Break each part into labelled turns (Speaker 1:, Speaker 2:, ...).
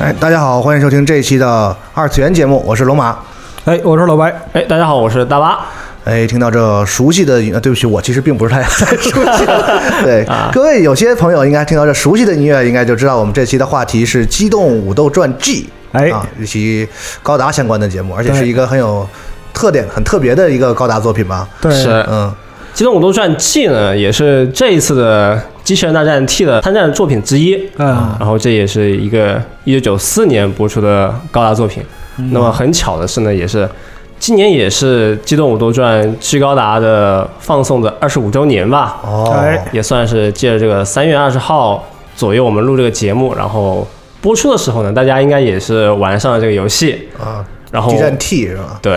Speaker 1: 哎大家好，欢迎收听这一期的二次元节目，我是龙马。
Speaker 2: 哎，我是老白，
Speaker 3: 哎，大家好，我是大巴。
Speaker 1: 哎，听到这熟悉的，呃对不起，我其实并不是太 太熟悉的。对，
Speaker 2: 啊
Speaker 1: 各位有些朋友应该听到这熟悉的音乐，应该就知道我们这期的话题是《机动武斗传 G》
Speaker 2: 哎
Speaker 1: 啊，以及高达相关的节目，而且是一个很有特点、很特别的一个高达作品吧。
Speaker 2: 对，
Speaker 3: 是《
Speaker 1: 嗯，
Speaker 3: 机动武斗传 G》呢，也是这一次的机器人大战 T 的参战作品之一。
Speaker 2: 嗯，
Speaker 3: 然后这也是一个一九九四年播出的高达作品。那么很巧的是呢，也是今年也是《机动武斗传 G 高达》的放送的二十五周年吧，
Speaker 1: 哦，
Speaker 2: 哎
Speaker 3: 也算是借着这个三月二十号左右我们录这个节目，然后播出的时候呢，大家应该也是玩上了这个游戏，
Speaker 1: 啊，
Speaker 3: 然后
Speaker 1: 激战 T 是吧？
Speaker 3: 对。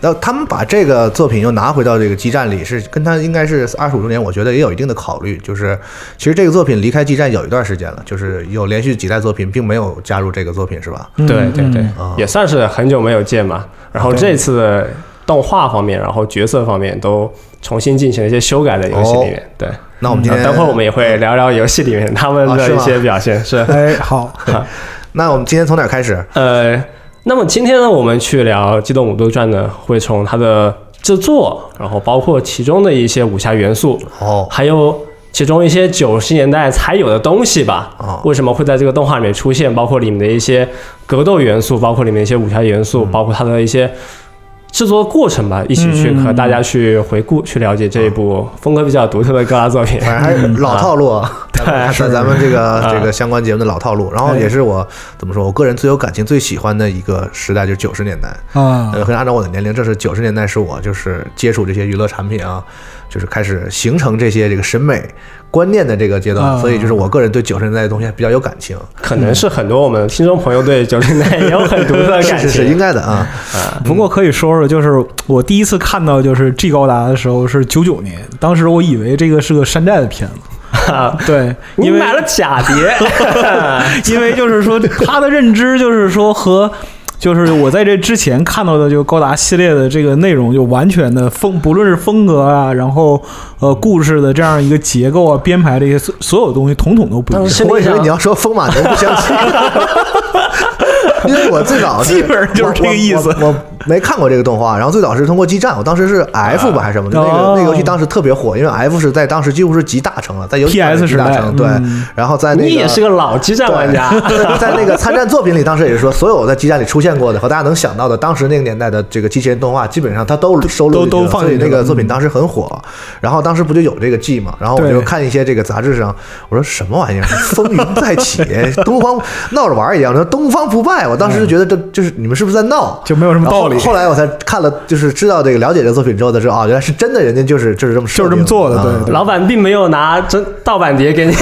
Speaker 1: 然后他们把这个作品又拿回到这个基站里，是跟他应该是二十五周年，我觉得也有一定的考虑。就是其实这个作品离开基站有一段时间了，就是有连续几代作品并没有加入这个作品，是吧？
Speaker 3: 对对对
Speaker 1: 嗯，
Speaker 3: 也算是很久没有见嘛。然后这次的动画方面，然后角色方面都重新进行了一些修改在游戏里
Speaker 1: 哦
Speaker 3: 面。对，
Speaker 1: 那我们今天，
Speaker 3: 嗯等会儿我们也会聊聊游戏里面他们
Speaker 1: 嗯啊
Speaker 3: 的
Speaker 1: 是
Speaker 3: 一
Speaker 1: 吗
Speaker 3: 些表现。 是，
Speaker 2: 哎，好，
Speaker 1: 那我们今天从哪儿开始？
Speaker 3: 呃，那么今天呢，我们去聊《机动武斗传》呢，会从它的制作，然后包括其中的一些武侠元素，
Speaker 1: 哦，
Speaker 3: 还有。其中一些九十年代才有的东西吧
Speaker 1: 哦，
Speaker 3: 为什么会在这个动画里面出现？包括里面的一些格斗元素，包括里面一些武侠元素，包括它的一些制作过程吧，一起去
Speaker 2: 嗯
Speaker 3: 和大家去回顾、去了解这一部风格比较独特的高达作品。
Speaker 1: 反正还是老套路， 咱 们还是咱们这
Speaker 3: 啊
Speaker 1: 个这个相关节目的老套路。然后也是我怎么说，我个人最有感情、最喜欢的一个时代就是九十年代。
Speaker 2: 啊，
Speaker 1: 呃，可能按照我的年龄，这是九十年代，是我就是接触这些娱乐产品啊，就是开始形成这些这个审美观念的这个阶段，
Speaker 2: 啊
Speaker 1: 所以就是我个人对九十年代的东西还比较有感情，
Speaker 3: 可能是很多我们的听众朋友对九零代也有很独特的
Speaker 1: 是
Speaker 3: 感
Speaker 1: 是是应
Speaker 3: 情。
Speaker 1: 该的啊。
Speaker 2: 不过可以说说，就是我第一次看到就是 G 高达的时候是九九年，当时我以为这个是个山寨的片子， 对，
Speaker 3: 啊你
Speaker 2: 因为
Speaker 3: 买了假碟，
Speaker 2: 因为就是 说他的认知就是说和。就是我在这之前看到的，就高达系列的这个内容，就完全的风，不论是风格啊，然后呃故事的这样一个结构啊、编排这些所所有东西，统统都不一样
Speaker 3: 当。时
Speaker 1: 我以为
Speaker 3: 上
Speaker 1: 你要说风马牛不相及， 因为我最早
Speaker 2: 基本上就是这个意思
Speaker 1: 我我我我没看过这个动画，然后最早是通过基站，我当时是 F 吧还是什么的，那个
Speaker 2: 哦
Speaker 1: 那个游戏当时特别火，因为 F 是在当时几乎是集大成了，在游戏上
Speaker 2: PS
Speaker 1: 集大
Speaker 2: 时代
Speaker 1: 成，对
Speaker 2: 嗯。
Speaker 1: 然后在那个
Speaker 3: 你也是个老基站玩家。
Speaker 1: 对，在那个参战作品里，当时也是说，所有在基站里出现过的和大家能想到的，当时那个年代的这个机器人动画，基本上它都收录进去
Speaker 2: 都
Speaker 1: 了
Speaker 2: 都放
Speaker 1: 所以
Speaker 2: 进去
Speaker 1: 那个
Speaker 2: 了
Speaker 1: 作品当时很火。然后当时不就有这个 G 嘛？然后我
Speaker 2: 对
Speaker 1: 就看一些这个杂志上，我说什么玩意儿，风云再起，东方闹着玩儿一样，说东方不败。我当时就觉得这就是你们是不是在闹？
Speaker 2: 就没有什么道理
Speaker 1: 然后后来我才看了，就是知道这个了解这个作品之后才知道啊，原来是真的，人家就是就是这么
Speaker 2: 就是这么做的
Speaker 1: 设定
Speaker 2: 对
Speaker 1: 啊
Speaker 3: 老板并没有拿真盗版碟 给你，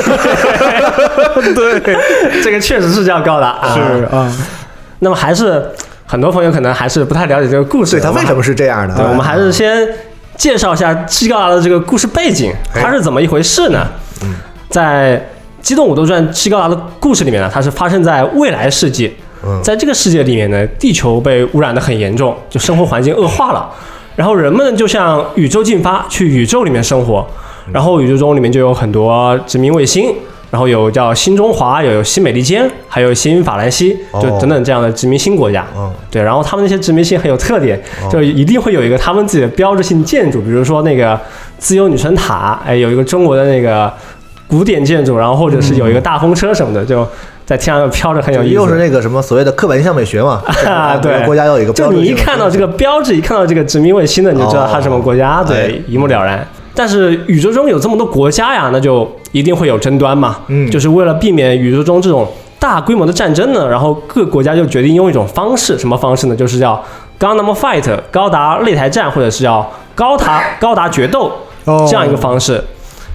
Speaker 3: 对， 这个确实是叫高达啊。
Speaker 2: 是啊，
Speaker 3: 那么还是很多朋友可能还是不太了解这个故事，
Speaker 1: 对他
Speaker 3: 我
Speaker 1: 为
Speaker 3: 们还
Speaker 1: 什么是这样的？
Speaker 3: 对，我们还是先介绍一下《基高达》的这个故事背景，
Speaker 1: 哎嗯
Speaker 3: 它是怎么一回事呢？在《机动武斗传》《基高达》的故事里面呢，它是发生在未来世纪
Speaker 1: 嗯，
Speaker 3: 在这个世界里面呢，地球被污染的很严重，就生活环境恶化了，然后人们就向宇宙进发，去宇宙里面生活，
Speaker 1: 嗯
Speaker 3: 然后宇宙中里面就有很多殖民卫星。然后有叫新中华，有新美利坚，还有新法兰西，就
Speaker 1: 哦
Speaker 3: 等等这样的殖民新国家。
Speaker 1: 嗯哦
Speaker 3: 对，然后他们那些殖民性很有特点，就是一定会有一个他们自己的标志性建筑，比如说那个自由女神塔，哎，有一个中国的那个古典建筑，然后或者是有一个大风车什么的，就在天上飘着，很有意思。
Speaker 1: 嗯又是那个什么所谓的刻板印象美学嘛，
Speaker 3: 啊，
Speaker 1: 每
Speaker 3: 对，
Speaker 1: 个国家要有一个标
Speaker 3: 就
Speaker 1: 准
Speaker 3: 你
Speaker 1: 性
Speaker 3: 一
Speaker 1: 的
Speaker 3: 看到这个标志，一看到这个殖民卫星的，你就知道它什么国家，
Speaker 1: 哦
Speaker 3: 对，
Speaker 1: 哎
Speaker 3: 一目了然。但是宇宙中有这么多国家呀，那就一定会有争端嘛。
Speaker 1: 嗯
Speaker 3: 就是为了避免宇宙中这种大规模的战争呢，然后各国家就决定用一种方式，什么方式呢？就是叫 Gundam Fight 高达擂台战，或者是叫高达高达决斗
Speaker 2: 哦
Speaker 3: 这样一个方式。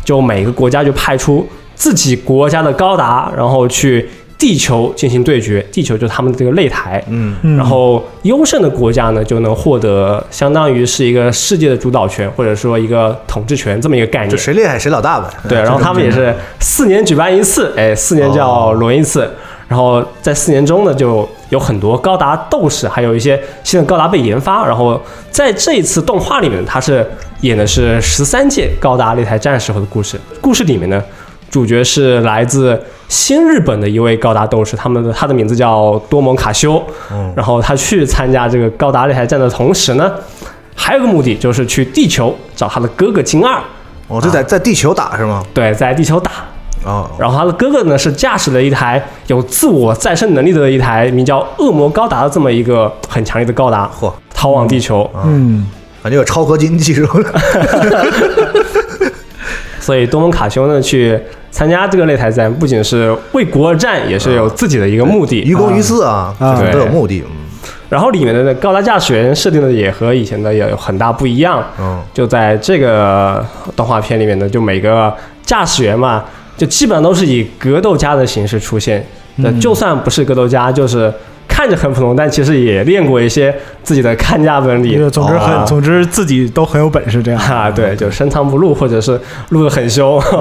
Speaker 3: 就每个国家就派出自己国家的高达，然后去地球进行对决。地球就是他们的这个擂台。
Speaker 1: 嗯
Speaker 2: 嗯
Speaker 3: 然后优胜的国家呢，就能获得相当于是一个世界的主导权，或者说一个统治权这么一个概
Speaker 1: 就
Speaker 3: 念。
Speaker 1: 谁厉害谁老大呗。
Speaker 3: 对，然后他们也是四年举办一次，哎，四年就要轮一次。然后在四年中呢，就有很多高达斗士，还有一些新的高达被研发。然后在这一次动画里面，它是演的是十三届高达擂台战时候的故事。故事里面呢，主角是来自新日本的一位高达斗士，他们的他的名字叫多蒙卡修。
Speaker 1: 嗯
Speaker 3: 然后他去参加这个高达擂台战的同时呢，还有个目的就是去地球找他的哥哥金二，
Speaker 1: 哦，
Speaker 3: 啊
Speaker 1: 这在在地球打是吗？
Speaker 3: 对，在地球打。
Speaker 1: 哦，
Speaker 3: 然后他的哥哥呢是驾驶了一台有自我再生能力的一台名叫恶魔高达的这么一个很强力的高达，
Speaker 1: 嚯，
Speaker 3: 逃往地球。
Speaker 2: 嗯，
Speaker 1: 感觉有超合金技 术。
Speaker 3: 所以多蒙卡修呢去参加这个擂台战，不仅是为国而战，也是有自己的一个目的。
Speaker 1: 于公于私啊，
Speaker 2: 啊
Speaker 1: 就是都有
Speaker 3: 对
Speaker 1: 目的。嗯
Speaker 3: 然后里面的高达驾驶员设定的也和以前的也有很大不一样。
Speaker 1: 嗯，
Speaker 3: 就在这个动画片里面呢，就每个驾驶员嘛，就基本上都是以格斗家的形式出现。那
Speaker 2: 嗯
Speaker 3: 就算不是格斗家，就是看着很普通，但其实也练过一些自己的看家本领。
Speaker 2: 总之
Speaker 3: 啊
Speaker 1: 哦
Speaker 2: 很，总之自己都很有本事这 样。
Speaker 3: 啊，对，就深藏不露，或者是露得很凶。
Speaker 2: 对，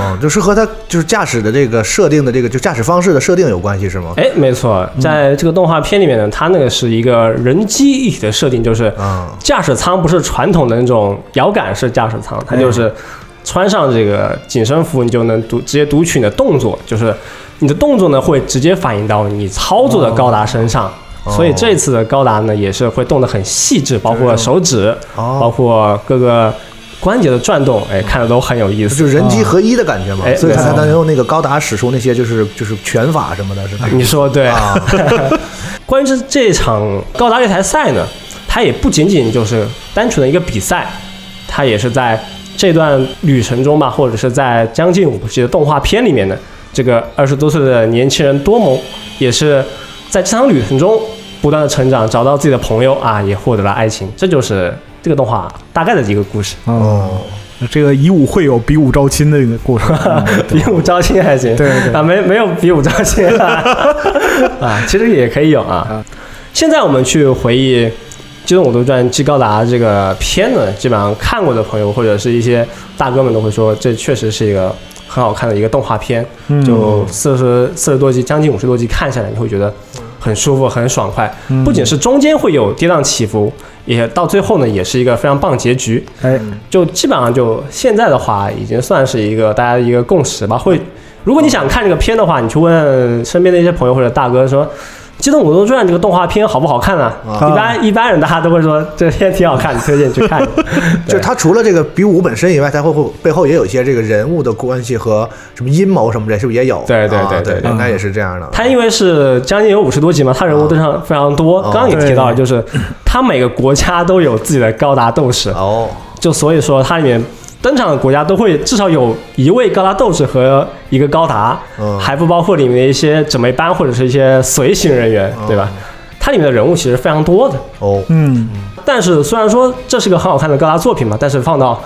Speaker 1: 哦，就是和他就是驾驶的这个设定的这个就驾驶方式的设定有关系是吗？
Speaker 3: 哎，没错，在这个动画片里面呢，它那个是一个人机一体的设定，就是
Speaker 2: 嗯
Speaker 1: 啊，
Speaker 3: 驾驶舱不是传统的那种摇杆式驾驶舱，它就是穿上这个紧身服，你就能读直接读取你的动作，就是你的动作呢会直接反映到你操作的高达身上。
Speaker 1: 哦
Speaker 3: 所以这次的高达呢也是会动得很细致，包括手指，包
Speaker 1: 哦，
Speaker 3: 括各个关节的转动，哎，看着都很有意思。
Speaker 1: 就是人机合一的感觉嘛，
Speaker 3: 哎
Speaker 1: 所以他才
Speaker 2: 对
Speaker 1: 能用那个高达使出那些就是就是拳法什么的，是吧？
Speaker 3: 你说对
Speaker 1: 啊，
Speaker 3: 关于这这场高达擂台赛呢，它也不仅仅就是单纯的一个比赛，它也是在这段旅程中吧，或者是在将近五部剧的动画片里面的这个二十多岁的年轻人多蒙，也是在这场旅程中不断的成长，找到自己的朋友啊，也获得了爱情，这就是这个动画大概的一个故事，
Speaker 2: 哦，
Speaker 1: 哦，
Speaker 2: 这个以武会友，比武招亲的一个故事。 嗯
Speaker 3: 比武招亲还行。
Speaker 2: 对对
Speaker 3: 啊，没没有比武招亲啊， 啊，其实也可以有啊
Speaker 2: 啊。
Speaker 3: 现在我们去回忆《机动武斗传：机高达》这个片呢，基本上看过的朋友或者是一些大哥们都会说，这确实是一个很好看的一个动画片。
Speaker 2: 嗯
Speaker 3: 就四十四十多集，将近五十多集看下来，你会觉得很舒服、很爽快。
Speaker 2: 嗯
Speaker 3: 不仅是中间会有跌宕起伏，也到最后呢，也是一个非常棒的结局。
Speaker 2: 哎，
Speaker 1: 嗯
Speaker 3: 就基本上就现在的话，已经算是一个大家的一个共识吧。会，如果你想看这个片的话，你去问身边的一些朋友或者大哥说，《机动武斗传》这个动画片好不好看啊？
Speaker 1: 啊
Speaker 3: 一般一般人大家都会说这片挺好看，推荐你去看。
Speaker 1: 就是他除了这个比武本身以外，他会会背后也有一些这个人物的关系和什么阴谋什么的，是不是也有？
Speaker 3: 对对
Speaker 1: 啊
Speaker 3: 对
Speaker 1: 对
Speaker 3: 对
Speaker 1: 应该也是这样的。
Speaker 3: 它因为是将近有五十多集嘛，它人物非常非常多。
Speaker 1: 哦
Speaker 3: 刚刚也提到了，
Speaker 2: 对
Speaker 3: 就是它每个国家都有自己的高达斗士，
Speaker 1: 哦，
Speaker 3: 就所以说它里面登场的国家都会至少有一位高达斗士和一个高达，
Speaker 1: 嗯
Speaker 3: 还不包括里面的一些姊妹班或者是一些随行人员，对吧？它里面的人物其实非常多的，
Speaker 1: 哦，
Speaker 2: 嗯，
Speaker 3: 但是虽然说这是个很好看的高达作品嘛，但是放到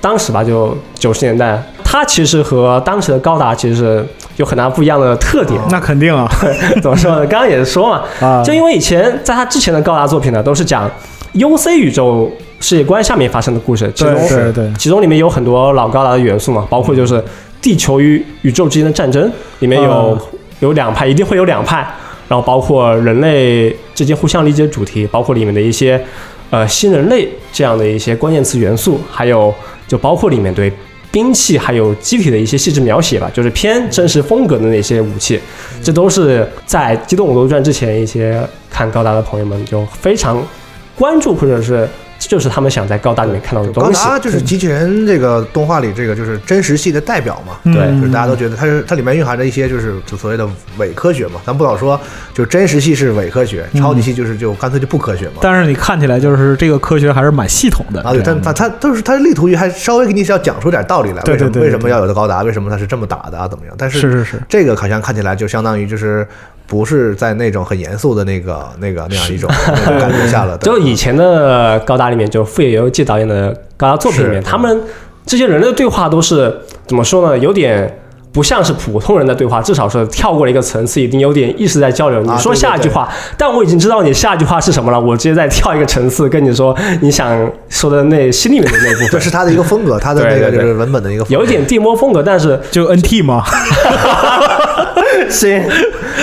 Speaker 3: 当时吧，就九十年代，它其实和当时的高达其实是有很大不一样的特点。
Speaker 2: 那肯定啊
Speaker 3: 怎么说呢？刚刚也是说嘛，
Speaker 2: 啊，
Speaker 3: 就因为以前在他之前的高达作品呢，都是讲 UC 宇宙世界观下面发生的故事，其中
Speaker 2: 对对对，
Speaker 3: 其中里面有很多老高达的元素嘛，包括就是地球与宇宙之间的战争，里面有、
Speaker 2: 嗯
Speaker 3: 有两派，一定会有两派，然后包括人类之间互相理解主题，包括里面的一些呃新人类这样的一些关键词元素，还有就包括里面对。兵器还有机体的一些细致描写吧，就是偏真实风格的那些武器，这都是在《机动武斗传》之前一些看高达的朋友们就非常关注，或者是这就是他们想在高达里面看到的
Speaker 1: 高
Speaker 3: 嗯东西。
Speaker 1: 达就是机器人这个动画里这个就是真实系的代表嘛。
Speaker 2: 嗯
Speaker 3: 对
Speaker 1: 就是大家都觉得它是它里面蕴含着一些就是就所谓的伪科学嘛，咱不老说就真实系是伪科学，
Speaker 2: 嗯
Speaker 1: 超级系就是就干脆就不科学嘛。
Speaker 2: 但是你看起来就是这个科学还是蛮系统的
Speaker 1: 啊，对，
Speaker 2: 这
Speaker 1: 但
Speaker 2: 样
Speaker 1: 但它都是它力图于还稍微给你要讲出点道理来，
Speaker 2: 嗯对
Speaker 1: 为什
Speaker 2: 对
Speaker 1: 么
Speaker 2: 对
Speaker 1: 为
Speaker 2: 对
Speaker 1: 什么
Speaker 2: 对
Speaker 1: 要有的高达，为什么它是这么打的啊，怎么样？但
Speaker 2: 是是是，
Speaker 1: 这个好像看起来就相当于就是不是在那种很严肃的那个那个那样一种那种感觉下了的，
Speaker 3: 就以前的高达里面，就富野由悠季导演的高达作品里面，
Speaker 1: 是
Speaker 3: 他们这些人的对话都是怎么说呢？有点不像是普通人的对话，至少是跳过了一个层次，已经有点意识在交流。
Speaker 1: 啊
Speaker 3: 你说
Speaker 1: 对对
Speaker 3: 下一句
Speaker 1: 对
Speaker 3: 话，但我已经知道你下一句话是什么了，我直接再跳一个层次跟你说你想说的那心里面的那部
Speaker 1: 这
Speaker 3: 分。
Speaker 1: 是他的一个风格，他的
Speaker 3: 对
Speaker 1: 那个
Speaker 3: 对
Speaker 1: 就
Speaker 3: 对
Speaker 1: 是文本的一个风格
Speaker 3: 有一点地魔风格，但是
Speaker 2: 就 NT 嘛，
Speaker 3: 是，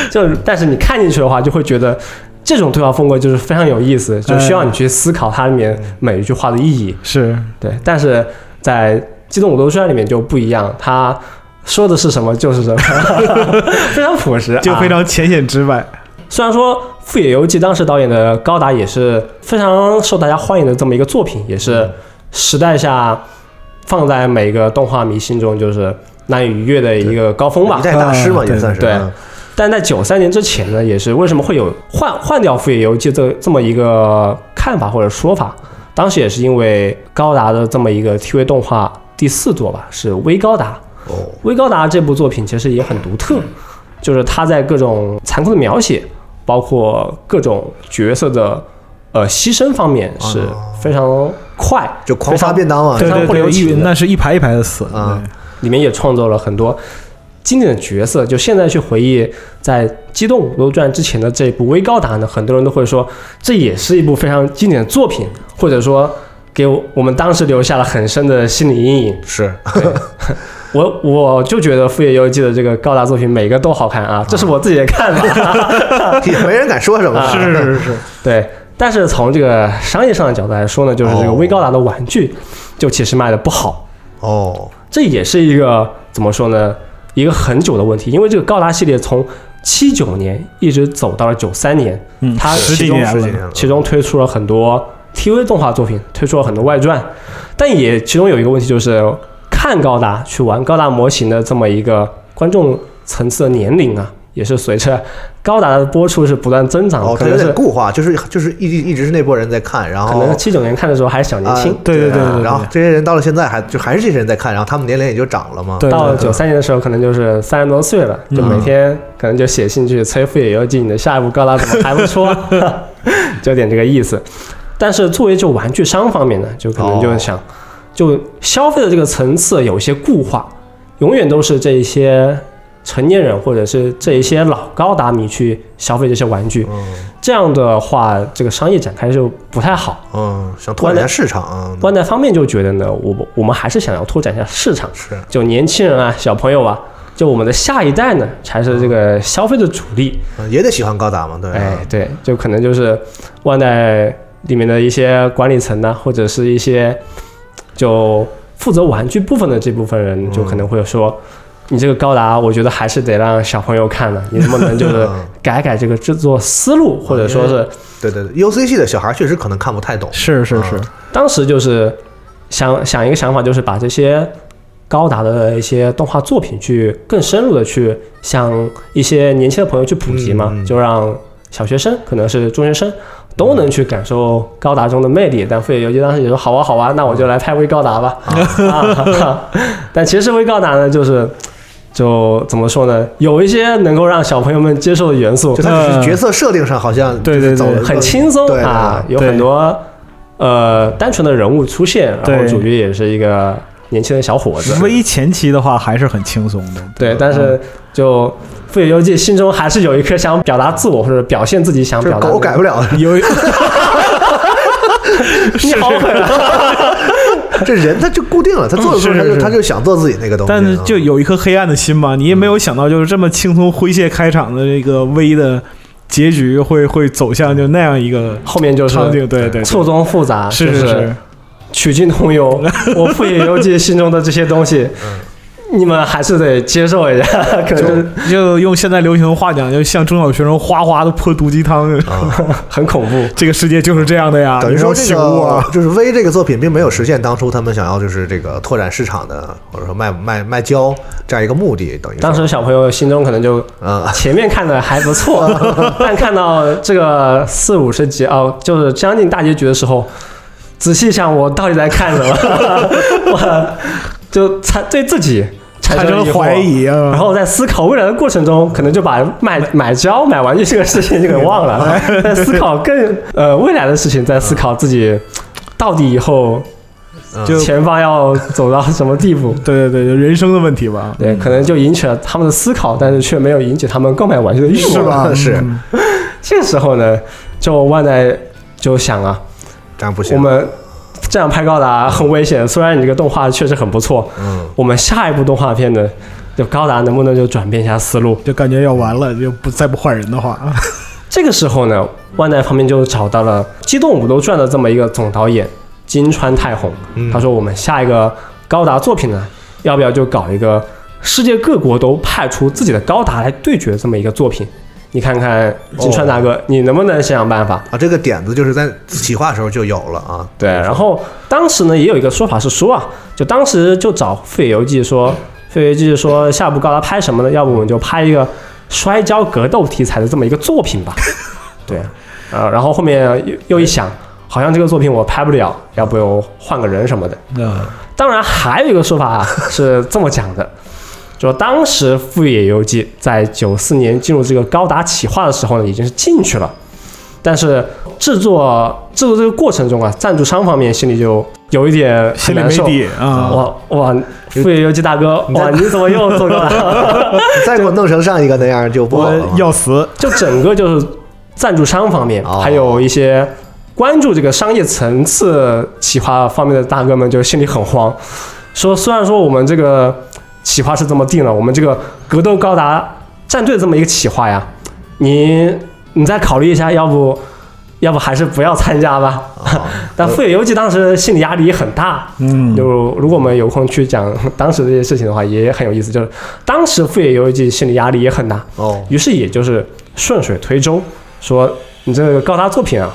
Speaker 3: 就是但是你看进去的话，就会觉得这种对话风格就是非常有意思，
Speaker 2: 嗯
Speaker 3: 就需要你去思考它里面每一句话的意义。
Speaker 2: 是
Speaker 3: 对，但是在《机动武斗传》里面就不一样，它说的是什么就 是什么，非常朴实，
Speaker 2: 就非
Speaker 3: 啊
Speaker 2: 常浅显直白。
Speaker 3: 虽然说《富野由纪》当时导演的《高达》也是非常受大家欢迎的这么一个作品，也
Speaker 2: 嗯
Speaker 3: 是时代下放在每个动画迷心中就是难以逾越的一个高峰吧
Speaker 1: 一。代大师嘛，
Speaker 2: 嗯
Speaker 1: 也算是。
Speaker 3: 对
Speaker 1: 嗯
Speaker 3: 但在九三年之前呢，也是为什么会有换换掉《富野由纪》这这么一个看法或者说法？当时也是因为高达的这么一个 TV 动画第四作吧，是微高达。
Speaker 1: 哦，
Speaker 3: 《威高达》这部作品其实也很独特，就是它在各种残酷的描写，包括各种角色的呃牺牲方面是非常快，
Speaker 1: 就狂发便当啊嘛
Speaker 3: 非
Speaker 2: 对，
Speaker 3: 常
Speaker 2: 对
Speaker 3: 不留
Speaker 2: 对，
Speaker 3: 情
Speaker 2: 一
Speaker 3: 的
Speaker 2: 那是一排一排的死。
Speaker 1: 啊
Speaker 2: 对
Speaker 3: 里面也创造了很多经典的角色。就现在去回忆，在《机动罗传》之前的这部《微高达》呢，很多人都会说这也是一部非常经典的作品，或者说给我我们当时留下了很深的心理阴影。
Speaker 1: 是
Speaker 3: 我我就觉得《富野由纪》的这个高达作品每个都好看啊，这是我自己的看法。
Speaker 1: 也没人敢说什么。
Speaker 3: 啊
Speaker 2: 是是是是，
Speaker 3: 对，但是从这个商业上的角度来说呢，就是这个
Speaker 1: 哦
Speaker 3: 微高达的玩具就其实卖的不好，
Speaker 1: 哦，
Speaker 3: 这也是一个怎么说呢，一个很久的问题，因为这个高达系列从七九年一直走到了九三年，
Speaker 2: 嗯，
Speaker 3: 它
Speaker 2: 十
Speaker 3: 其
Speaker 2: 几
Speaker 3: 中
Speaker 2: 年
Speaker 1: 十几
Speaker 2: 了，
Speaker 1: 年了，
Speaker 3: 其中推出了很多 TV 动画作品，推出了很多外传，但也其中有一个问题就是，看高达去玩高达模型的这么一个观众层次的年龄啊，也是随着高达的播出是不断增长的，
Speaker 1: 哦，
Speaker 3: 可
Speaker 1: 它有
Speaker 3: 能
Speaker 1: 点
Speaker 3: 是
Speaker 1: 固化，就是就是一直一直是那波人在看，然
Speaker 3: 可
Speaker 1: 后
Speaker 3: 能七九年看的时候还小年
Speaker 1: 啊
Speaker 3: 轻，
Speaker 2: 对对对
Speaker 1: 啊
Speaker 2: 对对
Speaker 1: 然后这些人到了现在还就还是这些人在看，然后他们年龄也就长了嘛。
Speaker 2: 对
Speaker 3: 到
Speaker 2: 对嗯
Speaker 3: 九三年的时候可能就是三十多岁了，就每天可能就写信去催富野由纪，你的下一部高达怎么还 不出啊？就有点这个意思。但是作为就玩具商方面呢，就可
Speaker 2: 哦
Speaker 3: 能就想，就消费的这个层次有一些固化，永远都是这一些成年人或者是这一些老高达迷去消费这些玩具，
Speaker 1: 嗯
Speaker 3: 这样的话，这个商业展开就不太好。
Speaker 1: 嗯，想拓展一下市场啊，
Speaker 3: 万代方面就觉得呢，我我们还是想要拓展一下市场，
Speaker 1: 是
Speaker 3: 就年轻人啊、小朋友啊，就我们的下一代呢，才是这个消费的主力。
Speaker 1: 嗯也得喜欢高达嘛，对啊
Speaker 3: 哎，对，就可能就是万代里面的一些管理层呢，或者是一些就负责玩具部分的这部分人，就可能会说。你这个高达，我觉得还是得让小朋友看了。啊你能不能 就是
Speaker 1: 嗯
Speaker 3: 改改这个制作思路，或者说是
Speaker 1: 对对对，UCC 的小孩确实可能看不太懂。
Speaker 2: 是是是，
Speaker 1: 啊
Speaker 3: 当时就是想想一个想法，就是把这些高达的一些动画作品去更深入的去向一些年轻的朋友去普及嘛，
Speaker 1: 嗯嗯
Speaker 3: 就让小学生可能是中学生都能去感受高达中的魅
Speaker 1: 嗯
Speaker 3: 力。但富野由纪当时也说好啊好啊，那我就来拍微高达吧。啊 但其实微高达呢，就是。就怎么说呢？有一些能够让小朋友们接受的元素，
Speaker 1: 就他只是角色设定上好像
Speaker 2: 对对
Speaker 1: 就
Speaker 2: 对
Speaker 1: 是走了一个
Speaker 3: 很轻松
Speaker 1: 对
Speaker 3: 啊，
Speaker 1: 对
Speaker 3: 有很多呃单纯的人物出现，然后
Speaker 2: 对
Speaker 3: 主角也是一个年轻的小伙子。
Speaker 2: 微前期的话还是很轻松的。
Speaker 3: 对，但是就富野由纪心中还是有一颗想表达自我或者表现自己想
Speaker 1: 就是
Speaker 3: 表达的。
Speaker 1: 狗 改不了，
Speaker 2: 有
Speaker 3: 你好狠啊！
Speaker 1: 这人他就固定了，他做的时候
Speaker 2: 嗯
Speaker 1: 他
Speaker 2: 是
Speaker 1: 就是他就想做自己那个东西啊，
Speaker 2: 但是就有一颗黑暗的心嘛，你也没有想到，就是这么轻松诙谐开场的这个 V 的结局会会走向就那样一个
Speaker 3: 后面就是
Speaker 2: 场景，对对对，
Speaker 3: 错综复杂，
Speaker 2: 是
Speaker 3: 就是
Speaker 2: 是，
Speaker 3: 曲径通幽。我富野由纪心中的这些东西，你们还是得接受一下， 可能
Speaker 2: 就用现在流行话讲，就像中小学生哗哗的泼毒鸡汤，
Speaker 3: 很恐怖。
Speaker 2: 这个世界就是这样的呀，
Speaker 1: 等于说
Speaker 2: 你
Speaker 1: 这
Speaker 2: 要醒悟
Speaker 1: 个
Speaker 2: 啊，
Speaker 1: 就是《微》这个作品并没有实现当初他们想要就是这个拓展市场的，或者说卖卖卖胶这样一个目的，等于说
Speaker 3: 当时小朋友心中可能就
Speaker 1: 啊，
Speaker 3: 前面看的还 不错，但看到这个四五十集哦，就是将近大结局的时候，仔细想我到底在看什么， 我就产对自己产
Speaker 2: 产
Speaker 3: 生
Speaker 2: 生
Speaker 3: 了
Speaker 2: 了怀。疑啊，
Speaker 3: 然后在思考未来的过程中，可能就把买买胶、买玩具这个事情就给忘 了，在思考更呃未来的事情，在思考自己到底以后
Speaker 1: 嗯
Speaker 2: 就
Speaker 3: 前方要走到什么地步。
Speaker 2: 对对对，就人生的问题吧，
Speaker 3: 对，可能就引起了他们的思考，但是却没有引起他们购买玩具的欲望。
Speaker 2: 是吧？
Speaker 1: 是
Speaker 2: 哎嗯
Speaker 3: 这时候呢，就万代就想啊，
Speaker 1: 这样不行。
Speaker 3: 我们这样拍高达 很危险。虽然你这个动画确实很不错，
Speaker 1: 嗯，
Speaker 3: 我们下一部动画片呢，就高达能不能就转变一下思路？
Speaker 2: 就感觉要完了，就不再不换人的话，
Speaker 3: 这个时候呢，万代方面就找到了《机动武斗传》的这么一个总导演
Speaker 1: 嗯
Speaker 3: 金川太宏，他说我们下一个高达作品呢，要不要就搞一个世界各国都派出自己的高达来对决这么一个作品。你看看金川大哥，
Speaker 1: 哦
Speaker 3: 你能不能想想办法？
Speaker 1: 啊，这个点子就是在企划时候就有了啊。
Speaker 3: 对，然后当时呢也有一个说法是说啊，就当时就找《废游记》说，《废游记》说下一部高达拍什么呢？要不我们就拍一个摔跤格斗题材的这么一个作品吧。对，呃，然后后面又又一想，好像这个作品我拍不了，要不我换个人什么的。
Speaker 2: 啊，
Speaker 3: 当然，还有一个说法、啊、 是这么讲的，就当时《富野游记》在九四年进入这个高达企划的时候呢，已经是进去了，但是制作制作这个过程中啊，赞助商方面心里就有一点
Speaker 2: 心
Speaker 3: 很
Speaker 2: 里
Speaker 3: 难
Speaker 2: 没
Speaker 3: 受。
Speaker 2: 底啊，
Speaker 3: 哇哇，富野游记大哥，哇，你怎么又做高达了？
Speaker 1: 你再给我弄成上一个那样就不好
Speaker 2: 我
Speaker 1: 了嘛。
Speaker 2: 要死，
Speaker 3: 就整个就是赞助商方面，
Speaker 1: 哦
Speaker 3: 还有一些关注这个商业层次企划方面的大哥们，就心里很慌，说虽然说我们这个企划是这么定了，我们这个格斗高达战队这么一个企划呀，你你再考虑一下，要不要不还是不要参加吧？
Speaker 1: 啊
Speaker 3: 但富野由纪当时心理压力也很大，
Speaker 2: 嗯
Speaker 3: 就如果我们有空去讲当时这些事情的话，也很有意思。就是当时富野由纪心理压力也很大，
Speaker 1: 哦，
Speaker 3: 于是也就是顺水推舟，说你这个高达作品啊，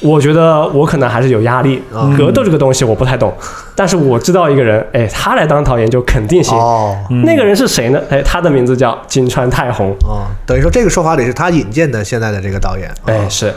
Speaker 3: 我觉得我可能还是有压力。
Speaker 1: 啊
Speaker 3: 格斗这个东西我不太懂，但是我知道一个人，哎，他来当导演就肯定行。
Speaker 1: 哦
Speaker 2: 嗯
Speaker 3: 那个人是谁呢？哎，他的名字叫金川太宏。
Speaker 1: 哦，等于说这个说法得是他引荐的现在的这个导演。
Speaker 3: 哎，是。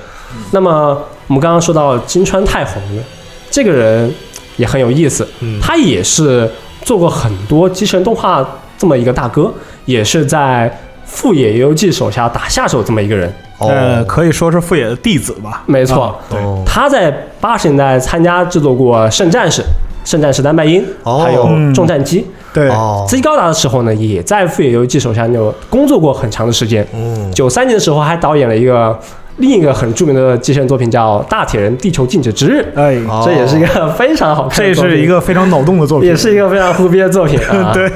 Speaker 3: 那么我们刚刚说到金川太宏呢，这个人也很有意思，
Speaker 1: 嗯
Speaker 3: 他也是做过很多机器人动画这么一个大哥，也是在富野由悠季手下打下手这么一个人。
Speaker 2: 呃，
Speaker 1: 哦，
Speaker 2: 可以说是富野的弟子吧，
Speaker 3: 没错
Speaker 2: 啊对，
Speaker 1: 哦
Speaker 3: 他在八十年代参加制作过《圣战士》。圣战士丹麦鹰，
Speaker 1: 哦
Speaker 3: 还有
Speaker 2: 嗯
Speaker 3: 重战机，
Speaker 2: 对，
Speaker 1: 哦，
Speaker 3: 自己高达的时候呢，也在富野由悠季手下就工作过很长的时间。
Speaker 1: 嗯，
Speaker 3: 九三年的时候还导演了一个另一个很著名的机器人作品，叫《大铁人：地球静止之日》，
Speaker 2: 哎，
Speaker 1: 哦
Speaker 3: 这也是一个非常好看
Speaker 2: 这
Speaker 3: 的作品，
Speaker 2: 是一个非常脑洞的作品，
Speaker 3: 也是一个非常胡逼的作品啊。，
Speaker 2: 对，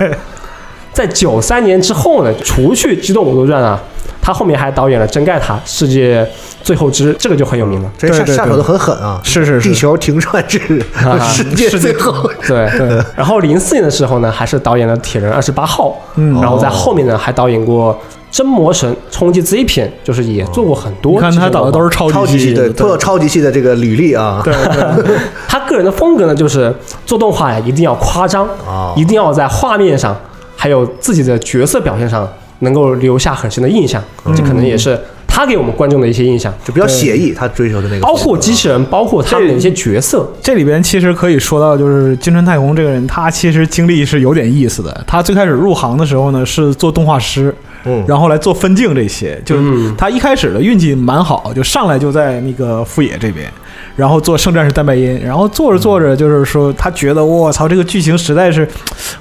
Speaker 3: 在九三年之后呢，除去《机动武斗传》啊，他后面还导演了《真盖塔：世界最后之日》，这个就很有名了。
Speaker 1: 这下
Speaker 2: 对对对
Speaker 1: 下手都很狠啊。
Speaker 2: 是是
Speaker 1: 地
Speaker 2: 是，
Speaker 1: 球停转至
Speaker 3: 啊
Speaker 1: 世界最后，
Speaker 3: 对， 然后零四年的时候呢，还是导演了《铁人二十八号》，
Speaker 2: 嗯，
Speaker 3: 然后在后面呢还导演过《真魔神冲击 Z 片》，就是也做过很多。啊
Speaker 2: 你看他导的都是超
Speaker 1: 超级
Speaker 2: 级
Speaker 1: 系
Speaker 2: 系
Speaker 1: 对，
Speaker 2: 列，
Speaker 1: 都有超级系的这个履历啊。
Speaker 2: 对对，
Speaker 3: 他个人的风格呢，就是做动画呀一定要夸张，
Speaker 1: 啊，
Speaker 3: 一定要在画面上，还有自己的角色表现上能够留下很深的印象。
Speaker 2: 嗯
Speaker 3: 这可能也是他给我们观众的一些印象，
Speaker 1: 就哦比较写意，他追求的那个，啊
Speaker 3: 包括机器人，包括他们的一些角色。
Speaker 2: 这里边其实可以说到，就是金川太宏这个人，他其实经历是有点意思的。他最开始入行的时候呢，是做动画师，
Speaker 1: 嗯，
Speaker 2: 然后来做分镜这些。就是
Speaker 3: 嗯
Speaker 2: 他一开始的运气蛮好，就上来就在那个富野这边，然后做圣战士蛋白音，然后做着做着，就是说他觉得我操，这个剧情实在是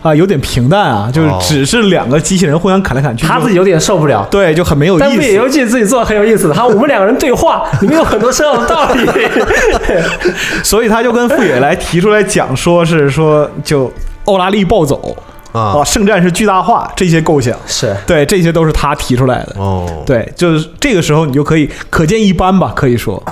Speaker 2: 啊有点平淡啊，就是
Speaker 1: 哦
Speaker 2: 只是两个机器人互相砍来砍去，
Speaker 3: 他
Speaker 2: 就
Speaker 3: 自己有点受不了，
Speaker 2: 对就很没有
Speaker 3: 但
Speaker 2: 意
Speaker 3: 《北
Speaker 2: 思。
Speaker 3: 游记》自己做的很有意思的，他我们两个人对话，里面有很多深奥的道理。
Speaker 2: 所以他就跟富野来提出来讲，说是说就欧拉力暴走。
Speaker 1: 啊
Speaker 2: 啊，，圣战是巨大化这些构想，
Speaker 3: 是，
Speaker 2: 对，这些都是他提出来的。
Speaker 1: 哦，
Speaker 2: 对，就是这个时候你就可以可见一斑吧，可以说。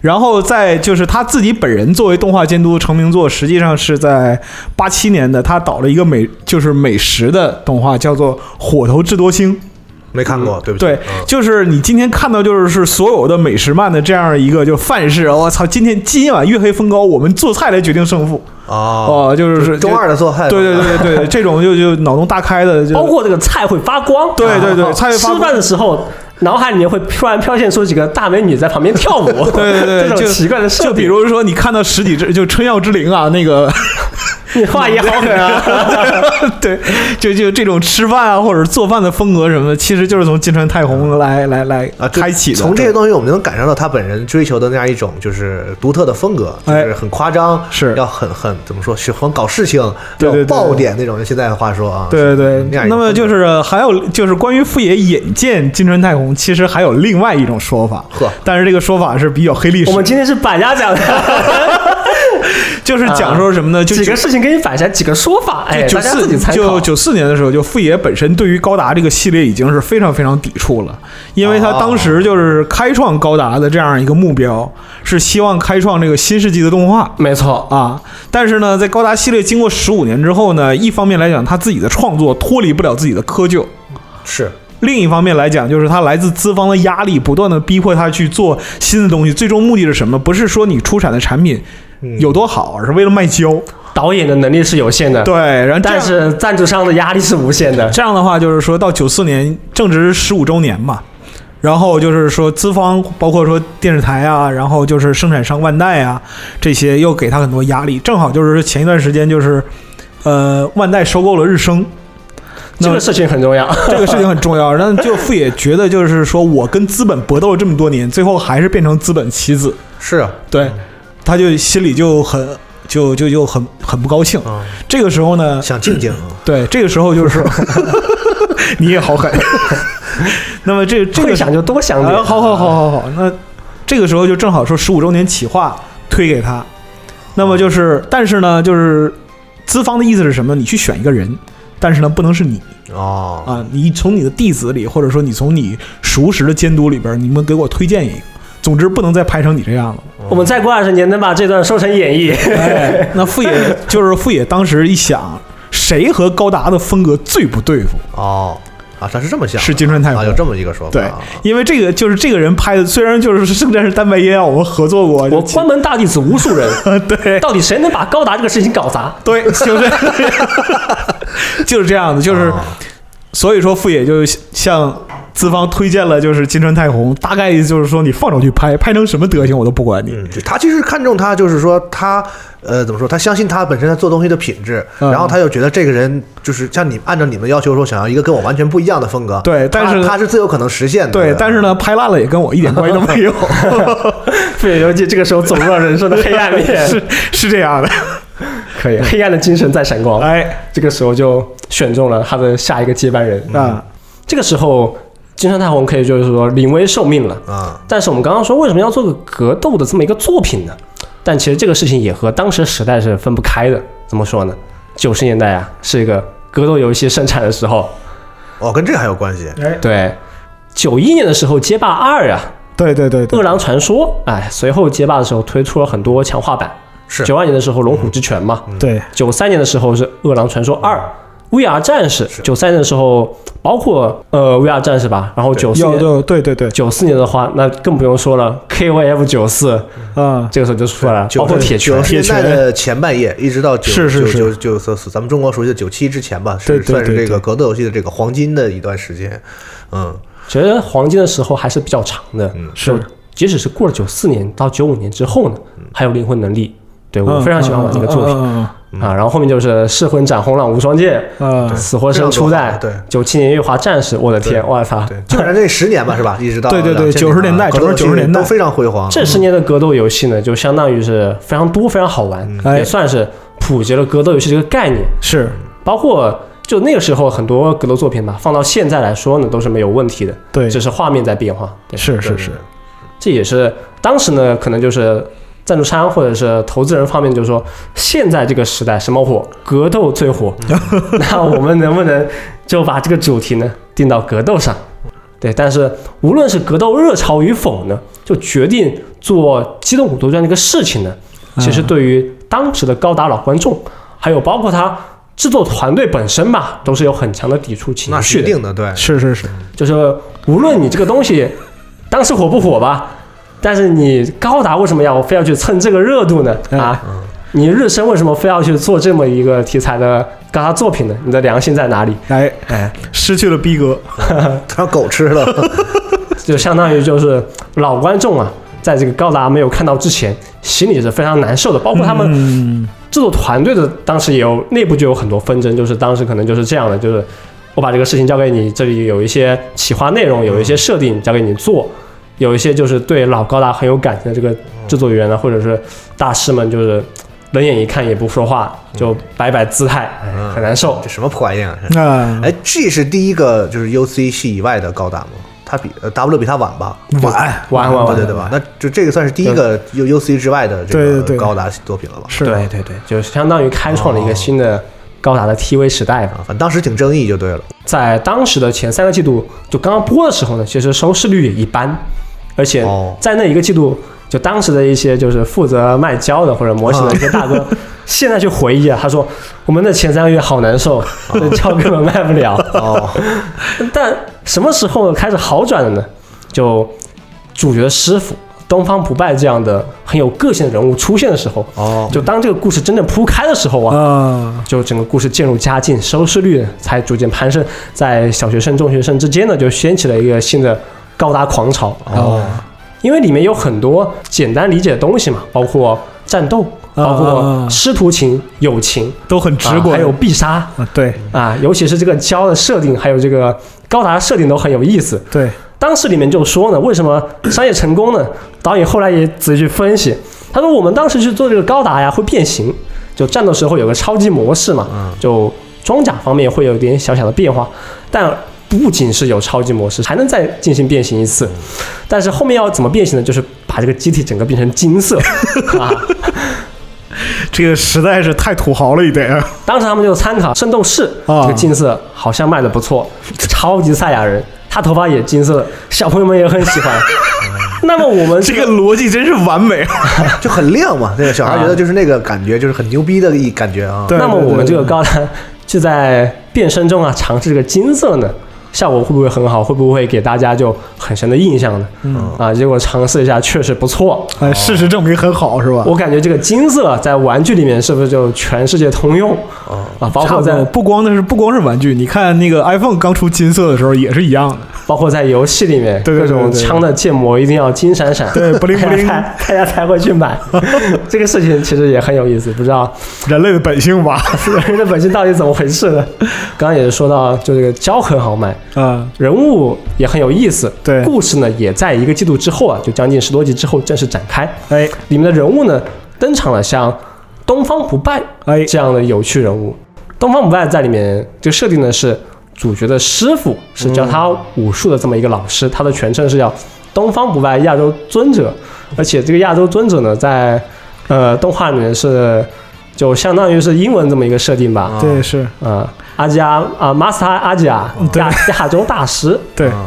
Speaker 2: 然后在就是他自己本人作为动画监督成名作，实际上是在八七年的，他导了一个美就是美食的动画，叫做《火头智多星》。
Speaker 1: 没看过，对不起
Speaker 2: 对，
Speaker 1: 嗯
Speaker 2: 就是你今天看到就是是所有的美食漫的这样一个就范式，我、操，今天今晚月黑风高，我们做菜来决定胜负
Speaker 1: 哦，
Speaker 2: 哦、就是是
Speaker 1: 中二的做菜，
Speaker 2: 对对对对对，这种就就脑洞大开的，就
Speaker 3: 包括这个菜会发光，啊
Speaker 2: 对对对菜会发
Speaker 3: 吃
Speaker 2: 光
Speaker 3: 饭的时候，脑海里面会突然飘现出几个大美女在旁边跳 舞，
Speaker 2: 对对对，
Speaker 3: 这
Speaker 2: 就
Speaker 3: 种奇怪的设定，
Speaker 2: 就比如说你看到十几只，就春药之灵啊，那个，
Speaker 3: 你画也好狠啊，
Speaker 2: 对，就就这种吃饭啊或者做饭的风格什么的，其实就是从金川太宏来来来
Speaker 1: 啊，就
Speaker 2: 开启的。
Speaker 1: 从这些东西，我们能感受到他本人追求的那样一种就是独特的风格，就
Speaker 2: 哎
Speaker 1: 是很夸张，
Speaker 2: 是
Speaker 1: 要很很怎么说，是很搞事情，
Speaker 2: 对对对
Speaker 1: 要爆点那种。用现在的话说啊，
Speaker 2: 对对
Speaker 1: 那样
Speaker 2: 对，
Speaker 1: 一
Speaker 2: 那
Speaker 1: 种
Speaker 2: 么
Speaker 1: 风格
Speaker 2: 就是还有就是关于富野引荐金川太宏，其实还有另外一种说法，
Speaker 1: 呵
Speaker 2: 但是这个说法是比较黑历史。
Speaker 3: 我们今天是百家讲的，
Speaker 2: 就是讲说什么呢？就
Speaker 3: 啊几个事情给你摆一下，几个说法，哎，
Speaker 2: 九
Speaker 3: 大家自己
Speaker 2: 四
Speaker 3: 参考
Speaker 2: 就。九四年的时候，就傅爷本身对于高达这个系列已经是非常非常抵触了，因为他当时就是开创高达的这样一个目标，是希望开创这个新世纪的动画。
Speaker 3: 没错，
Speaker 2: 啊，但是呢，在高达系列经过十五年之后呢，一方面来讲，他自己的创作脱离不了自己的窠臼，
Speaker 1: 是
Speaker 2: 另一方面来讲，就是他来自资方的压力，不断的逼迫他去做新的东西，最终目的是什么？不是说你出产的产品有多好，而是为了卖胶。
Speaker 3: 导演的能力是有限的，
Speaker 2: 对，然后这样
Speaker 3: 但是赞助商的压力是无限的。
Speaker 2: 这样的话，就是说到九四年正值十五周年嘛，然后就是说资方包括说电视台啊，然后就是生产商万代啊这些又给他很多压力，正好就是前一段时间就是，呃，万代收购了日升。
Speaker 3: 这
Speaker 2: 那么
Speaker 3: 个事情很重要。
Speaker 2: 这个事情很重要，然后就富野觉得就是说我跟资本搏斗了这么多年，最后还是变成资本棋子，
Speaker 1: 是啊，
Speaker 2: 对，
Speaker 3: 嗯
Speaker 2: 他就心里就很就就就很很不高兴。
Speaker 1: 嗯，
Speaker 2: 这个时候呢，
Speaker 1: 想静静啊，
Speaker 2: 对，这个时候就是 你也好狠。 那么这这
Speaker 3: 会
Speaker 2: 个
Speaker 3: 想就多想点。
Speaker 2: 啊，好好好好好，那这个时候就正好说十五周年企划推给他，那么就是，但是呢，就是资方的意思是什么？你去选一个人，但是呢，不能是你
Speaker 1: 哦，
Speaker 2: 啊，你从你的弟子里，或者说你从你熟识的监督里边，你们给我推荐一个。总之，不能再拍成你这样了。
Speaker 3: 我们再过二十年能把这段说成演绎，
Speaker 2: 哎， 那富野就是富野，当时一想，谁和高达的风格最不对付？
Speaker 1: 哦，啊，他是这么想的，
Speaker 2: 是金川太
Speaker 1: 啊，
Speaker 2: 宏
Speaker 1: 有这么一个说法
Speaker 2: 对
Speaker 1: 啊，，
Speaker 2: 因为这个就是这个人拍的，虽然就是圣战士丹白耶啊，我们合作过，
Speaker 3: 我
Speaker 2: 就
Speaker 3: 关门大弟子无数 人，
Speaker 2: 对
Speaker 3: 到底谁能把高达这个事情搞砸？
Speaker 2: 对，就是 就是这样子，就是
Speaker 1: 啊
Speaker 2: 所以说富野就向资方推荐了，就是金川太宏，大概就是说你放手去拍，拍成什么德行我都不管你。
Speaker 1: 嗯，就他其实看重他，就是说他，呃，怎么说？他相信他本身在做东西的品质，
Speaker 2: 嗯
Speaker 1: 然后他又觉得这个人就是像你按照你们要求说，想要一个跟我完全不一样的风格，
Speaker 2: 对但是
Speaker 1: 他他是最有可能实现的。
Speaker 2: 对，但是
Speaker 1: 呢，
Speaker 2: 呢，拍烂了也跟我一点关系都 没有，
Speaker 3: 费野游记这个时候走入了人生的黑暗 面，
Speaker 2: 是是这样的。
Speaker 3: 可以，黑暗的精神在闪光。
Speaker 2: 哎
Speaker 3: 这个时候就选中了他的下一个接班人。
Speaker 2: 啊，
Speaker 3: 这个时候，金川太宏可以就是说临危受命了。
Speaker 1: 啊，
Speaker 3: 但是我们刚刚说，为什么要做个格斗的这么一个作品呢？但其实这个事情也和当时时代是分不开的。怎么说呢？九十年代啊，是一个格斗游戏盛产的时候。
Speaker 1: 哦，跟这个还有关系。
Speaker 2: 哎，
Speaker 3: 对，九一年的时候，《街霸二》啊，
Speaker 2: 对对对
Speaker 3: 《饿
Speaker 2: 对，
Speaker 3: 狼传说》哎，随后街霸的时候推出了很多强化版。
Speaker 1: 是
Speaker 3: 九二年的时候，《龙虎之拳》嘛。
Speaker 2: 对
Speaker 3: 九三年的时候是《饿狼传说二》。VR 战士，九三年的时候，包括呃 VR 战士吧，然后九四
Speaker 2: 要
Speaker 3: 年，
Speaker 2: 就对对对
Speaker 3: 九四年的话，那更不用说了，KOF 九四，
Speaker 2: 啊，
Speaker 3: 这个时候就出来了，
Speaker 1: 九
Speaker 3: 包括铁拳
Speaker 1: 九，十
Speaker 2: 铁
Speaker 1: 年
Speaker 2: 拳
Speaker 1: 代的前半叶，一直到九
Speaker 2: 是是是
Speaker 1: 九九九，咱们中国熟悉的九七之前吧，
Speaker 2: 对
Speaker 1: 是
Speaker 2: 对
Speaker 1: 算是
Speaker 2: 对
Speaker 1: 这个
Speaker 2: 对
Speaker 1: 格斗游戏的这个黄金的一段时间。嗯，
Speaker 3: 觉得黄金的时候还是比较长的。
Speaker 2: 是
Speaker 3: 即使是过了九四年到九五年之后呢，还有灵魂能力，对我
Speaker 2: 嗯
Speaker 3: 非常喜欢玩这个作品
Speaker 2: 嗯
Speaker 3: 啊。然后后面就是噬魂斩、红朗无双剑、
Speaker 2: 嗯嗯嗯嗯
Speaker 3: 死活神初代、
Speaker 1: 啊对
Speaker 3: 九七年月华战士，我的天，我操！
Speaker 1: 对，基本上这十年吧，是吧？一直到
Speaker 2: 对对对
Speaker 1: 2000
Speaker 2: 90年代
Speaker 1: 啊格斗游戏
Speaker 2: 整个90年代
Speaker 1: 都非常辉煌。嗯
Speaker 3: 这十年的格斗游戏呢，就相当于是非常多、非常好玩，
Speaker 2: 哎
Speaker 1: 嗯
Speaker 3: 也算是普及了格斗游戏这个概念。
Speaker 2: 是
Speaker 3: 包括就那个时候很多格斗作品吧，放到现在来说呢，都是没有问题的，
Speaker 2: 对
Speaker 3: 只是画面在变化。对，
Speaker 2: 是
Speaker 1: 对
Speaker 2: 是是，，
Speaker 3: 这也是当时呢，可能就是赞助商或者是投资人方面，就是说现在这个时代什么火，格斗最火，
Speaker 1: 嗯
Speaker 3: 那我们能不能就把这个主题呢定到格斗上？对，但是无论是格斗热潮与否呢，就决定做《机动武斗传》这个事情呢，
Speaker 1: 嗯
Speaker 3: 其
Speaker 2: 嗯
Speaker 3: 实对于当时的高达老观众，还有包括他制作团队本身吧，都是有很强的抵触情
Speaker 1: 那是
Speaker 3: 绪
Speaker 1: 一
Speaker 3: 的。
Speaker 1: 定的，对。
Speaker 2: 是是是，
Speaker 3: 就是无论你这个东西 当时火不火吧，但是你高达为什么要非要去蹭这个热度呢？啊，你日升为什么非要去做这么一个题材的高达作品呢？你的良心在哪里？
Speaker 2: 哎，
Speaker 3: 哎，
Speaker 2: 失去了逼格，
Speaker 1: 让狗吃了，
Speaker 3: 就相当于就是老观众啊，在这个高达没有看到之前，心里是非常难受的。包括他们
Speaker 2: 嗯。
Speaker 3: 制作团队的当时也有内部就有很多纷争，就是当时可能就是这样的，就是我把这个事情交给你，这里有一些企划内容，有一些设定交给你做，有一些就是对老高达很有感情的这个制作员呢，或者是大师们，就是冷眼一看也不说话，就摆摆姿态，哎很难受哎
Speaker 1: 这。什么破玩意儿？
Speaker 2: 那
Speaker 1: 哎，G 是第一个就是 UC 系以外的高达吗？他比呃 W 比他晚吧？
Speaker 2: 晚
Speaker 3: 玩玩玩，
Speaker 1: 对对对吧？那就这个算是第一个 U U C 之外的这
Speaker 2: 对对
Speaker 1: 个
Speaker 2: 对
Speaker 1: 高达作品了吧？
Speaker 2: 是嗯
Speaker 3: 对对对，就相当于开创了一个新的高达的 TV 时代吧
Speaker 1: 啊。反正当时挺争议就对了。
Speaker 3: 在当时的前三个季度，就刚刚播的时候呢，其实收视率也一般，而且
Speaker 1: 哦
Speaker 3: 在那一个季度，就当时的一些就是负责卖胶的或者模型的一些 大哥，现在去回忆啊，他说我们的前三个月好难受，这胶根本卖不了。
Speaker 1: 哦，
Speaker 3: 但什么时候开始好转的呢？就主角师傅东方不败这样的很有个性的人物出现的时候，
Speaker 1: 哦，
Speaker 3: 就当这个故事真正铺开的时候啊，
Speaker 2: 啊，
Speaker 3: 就整个故事渐入佳境，收视率才逐渐攀升，在小学生、中学生之间呢，就掀起了一个新的高达狂潮。
Speaker 2: 啊
Speaker 1: 哦，
Speaker 3: 因为里面有很多简单理解的东西嘛，包括战斗，包括
Speaker 2: 啊
Speaker 3: 师徒情、友情，
Speaker 2: 都很直
Speaker 3: 啊
Speaker 2: 观，
Speaker 3: 还有必杀
Speaker 2: 啊对
Speaker 3: 啊，尤其是这个胶的设定，还有这个高达设定都很有意思。
Speaker 2: 对，
Speaker 3: 当时里面就说呢，为什么商业成功呢？导演后来也仔细分析，他说我们当时去做这个高达呀，会变形，就战斗时候有个超级模式嘛，就装甲方面会有一点小小的变化，但不仅是有超级模式，还能再进行变形一次。但是后面要怎么变形呢？就是把这个机体整个变成金色啊。
Speaker 2: 这个实在是太土豪了一点 啊
Speaker 3: 当时他们就参考《圣斗士》
Speaker 2: 啊
Speaker 3: 这个金色，好像卖的不错，超级赛亚人，他头发也金色，小朋友们也很喜欢。那么我们
Speaker 2: 这个逻辑真是完美。
Speaker 3: 啊
Speaker 1: 就很亮嘛，那个小孩觉得就是那个感觉，就是很牛逼的一感觉啊。
Speaker 2: 对
Speaker 3: 那么我们这个高达就在变身中啊，尝试这个金色呢，效果会不会很好？会不会给大家就很深的印象呢？
Speaker 2: 嗯
Speaker 3: 啊，结果尝试一下确实不错。
Speaker 2: 哎，事实证明很好是吧？
Speaker 3: 我感觉这个金色在玩具里面是不是就全世界通用
Speaker 1: 哦
Speaker 3: 啊？包括
Speaker 2: 差不
Speaker 3: 在
Speaker 2: 多不光的是不光是玩具，你看那个 iPhone 刚出金色的时候也是一样的，
Speaker 3: 包括在游戏里面，
Speaker 2: 对对
Speaker 3: 各
Speaker 2: 对
Speaker 3: 种
Speaker 2: 对对
Speaker 3: 枪的建模一定要金闪闪，
Speaker 2: 对 bling
Speaker 3: 大家
Speaker 2: bling
Speaker 3: 才大家才会去 买。这个事情其实也很有意思，不知道
Speaker 2: 人类的本性吧？
Speaker 3: 人的本性到底怎么回事呢？刚刚也是说到，就这个胶很好买，
Speaker 2: 啊，
Speaker 3: 人物也很有意思，
Speaker 2: 对
Speaker 3: 故事呢也在一个季度之后啊，就将近十多集之后正式展开。
Speaker 2: 哎
Speaker 3: 里面的人物呢登场了像东方不败
Speaker 2: 哎
Speaker 3: 这样的有趣人物。东方不败在里面这个设定呢是主角的师傅，是教他武术的这么一个老师，他的全称是叫东方不败亚洲尊者，而且这个亚洲尊者呢在呃动画里面是就相当于是英文这么一个设定吧，
Speaker 1: 啊
Speaker 2: 对是，
Speaker 3: 啊、阿基亚啊，Master 阿基亚
Speaker 2: 对
Speaker 3: 亚亚洲大师。
Speaker 2: 对，
Speaker 1: 啊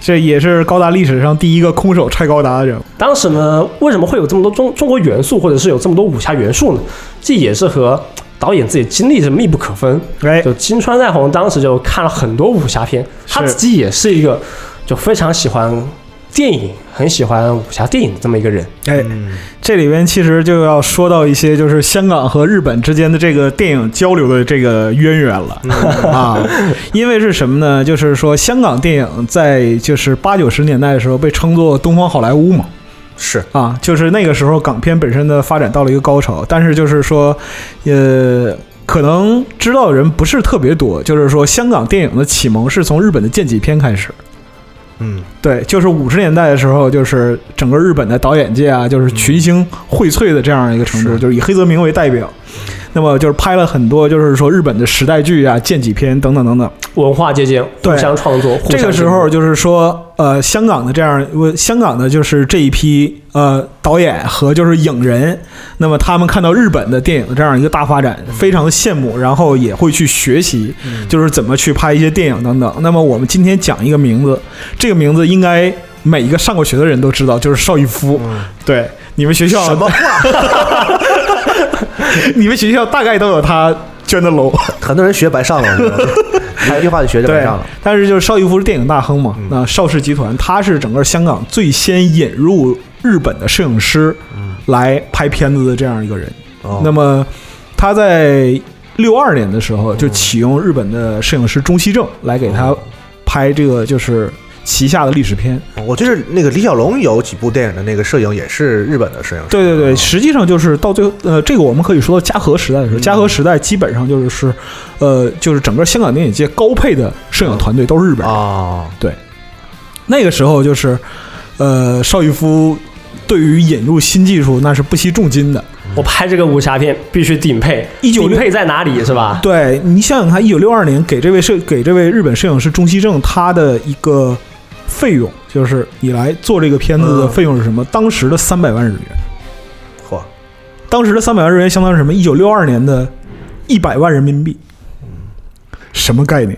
Speaker 2: 这也是高达历史上第一个空手拆高达的人物。
Speaker 3: 当时呢，为什么会有这么多中中国元素，或者是有这么多武侠元素呢？这也是和导演自己经历是密不可分。
Speaker 2: 哎，
Speaker 3: 就金川在宏当时就看了很多武侠片，他
Speaker 2: 是
Speaker 3: 自己也是一个就非常喜欢电影、很喜欢武侠电影这么一个人。
Speaker 2: 哎，
Speaker 1: 嗯，
Speaker 2: 这里边其实就要说到一些就是香港和日本之间的这个电影交流的这个渊源了、啊，因为是什么呢？就是说香港电影在就是八九十年代的时候被称作东方好莱坞嘛，
Speaker 1: 是
Speaker 2: 啊，就是那个时候港片本身的发展到了一个高潮，但是就是说，呃，可能知道的人不是特别多，就是说香港电影的启蒙是从日本的剑戟片开始。
Speaker 1: 嗯，
Speaker 2: 对，就是五十年代的时候，就是整个日本的导演界啊，就是群星荟萃的这样一个程度，
Speaker 1: 是
Speaker 2: 就是以黑泽明为代表，那么就是拍了很多就是说日本的时代剧啊、剑戟片等等等等。
Speaker 3: 文化借鉴，互
Speaker 2: 对
Speaker 3: 相创作，互
Speaker 2: 这
Speaker 3: 相
Speaker 2: 个时
Speaker 3: 进步
Speaker 2: 候就是说，呃，香港的这样，我香港的就是这一批呃导演和就是影人，那么他们看到日本的电影的这样一个大发展，非常的羡慕，然后也会去学习，就是怎么去拍一些电影等等。那么我们今天讲一个名字，这个名字应该每一个上过学的人都知道，就是邵逸夫。对，你们学校
Speaker 1: 什么？话？
Speaker 2: 你们学校大概都有他捐的楼。
Speaker 1: 很多人学白上了，我觉得一句话就学着白
Speaker 2: 对
Speaker 1: 上了。，
Speaker 2: 但是就是邵逸夫是电影大亨嘛，那邵氏集团他是整个香港最先引入日本的摄影师来拍片子的这样一个人。
Speaker 1: 哦
Speaker 2: 那么他在六二年的时候就启用日本的摄影师中西正来给他拍这个就是旗下的历史片。
Speaker 1: 我就是那个李小龙有几部电影的那个摄影也是日本的摄影师，
Speaker 2: 对对对，实际上就是到最后，呃，这个我们可以说到嘉禾时代的时候，嘉禾时代基本上就是是，呃，就是整个香港电影界高配的摄影团队都是日本人。
Speaker 1: 啊，
Speaker 2: 那个时候就是，呃，邵逸夫对于引入新技术那是不惜重金的。
Speaker 3: 我拍这个武侠片必须顶配，
Speaker 2: 1960
Speaker 3: 顶配在哪里是吧？
Speaker 2: 对你想想看，一九六二年给这位摄给这位日本摄影师中西正他的一个费用，就是你来做这个片子的费用是什么？当时的三百万日元，
Speaker 1: 嚯，
Speaker 2: 当时的三百万日元相当于什么？一九六二年的一百万人民币，什么概念？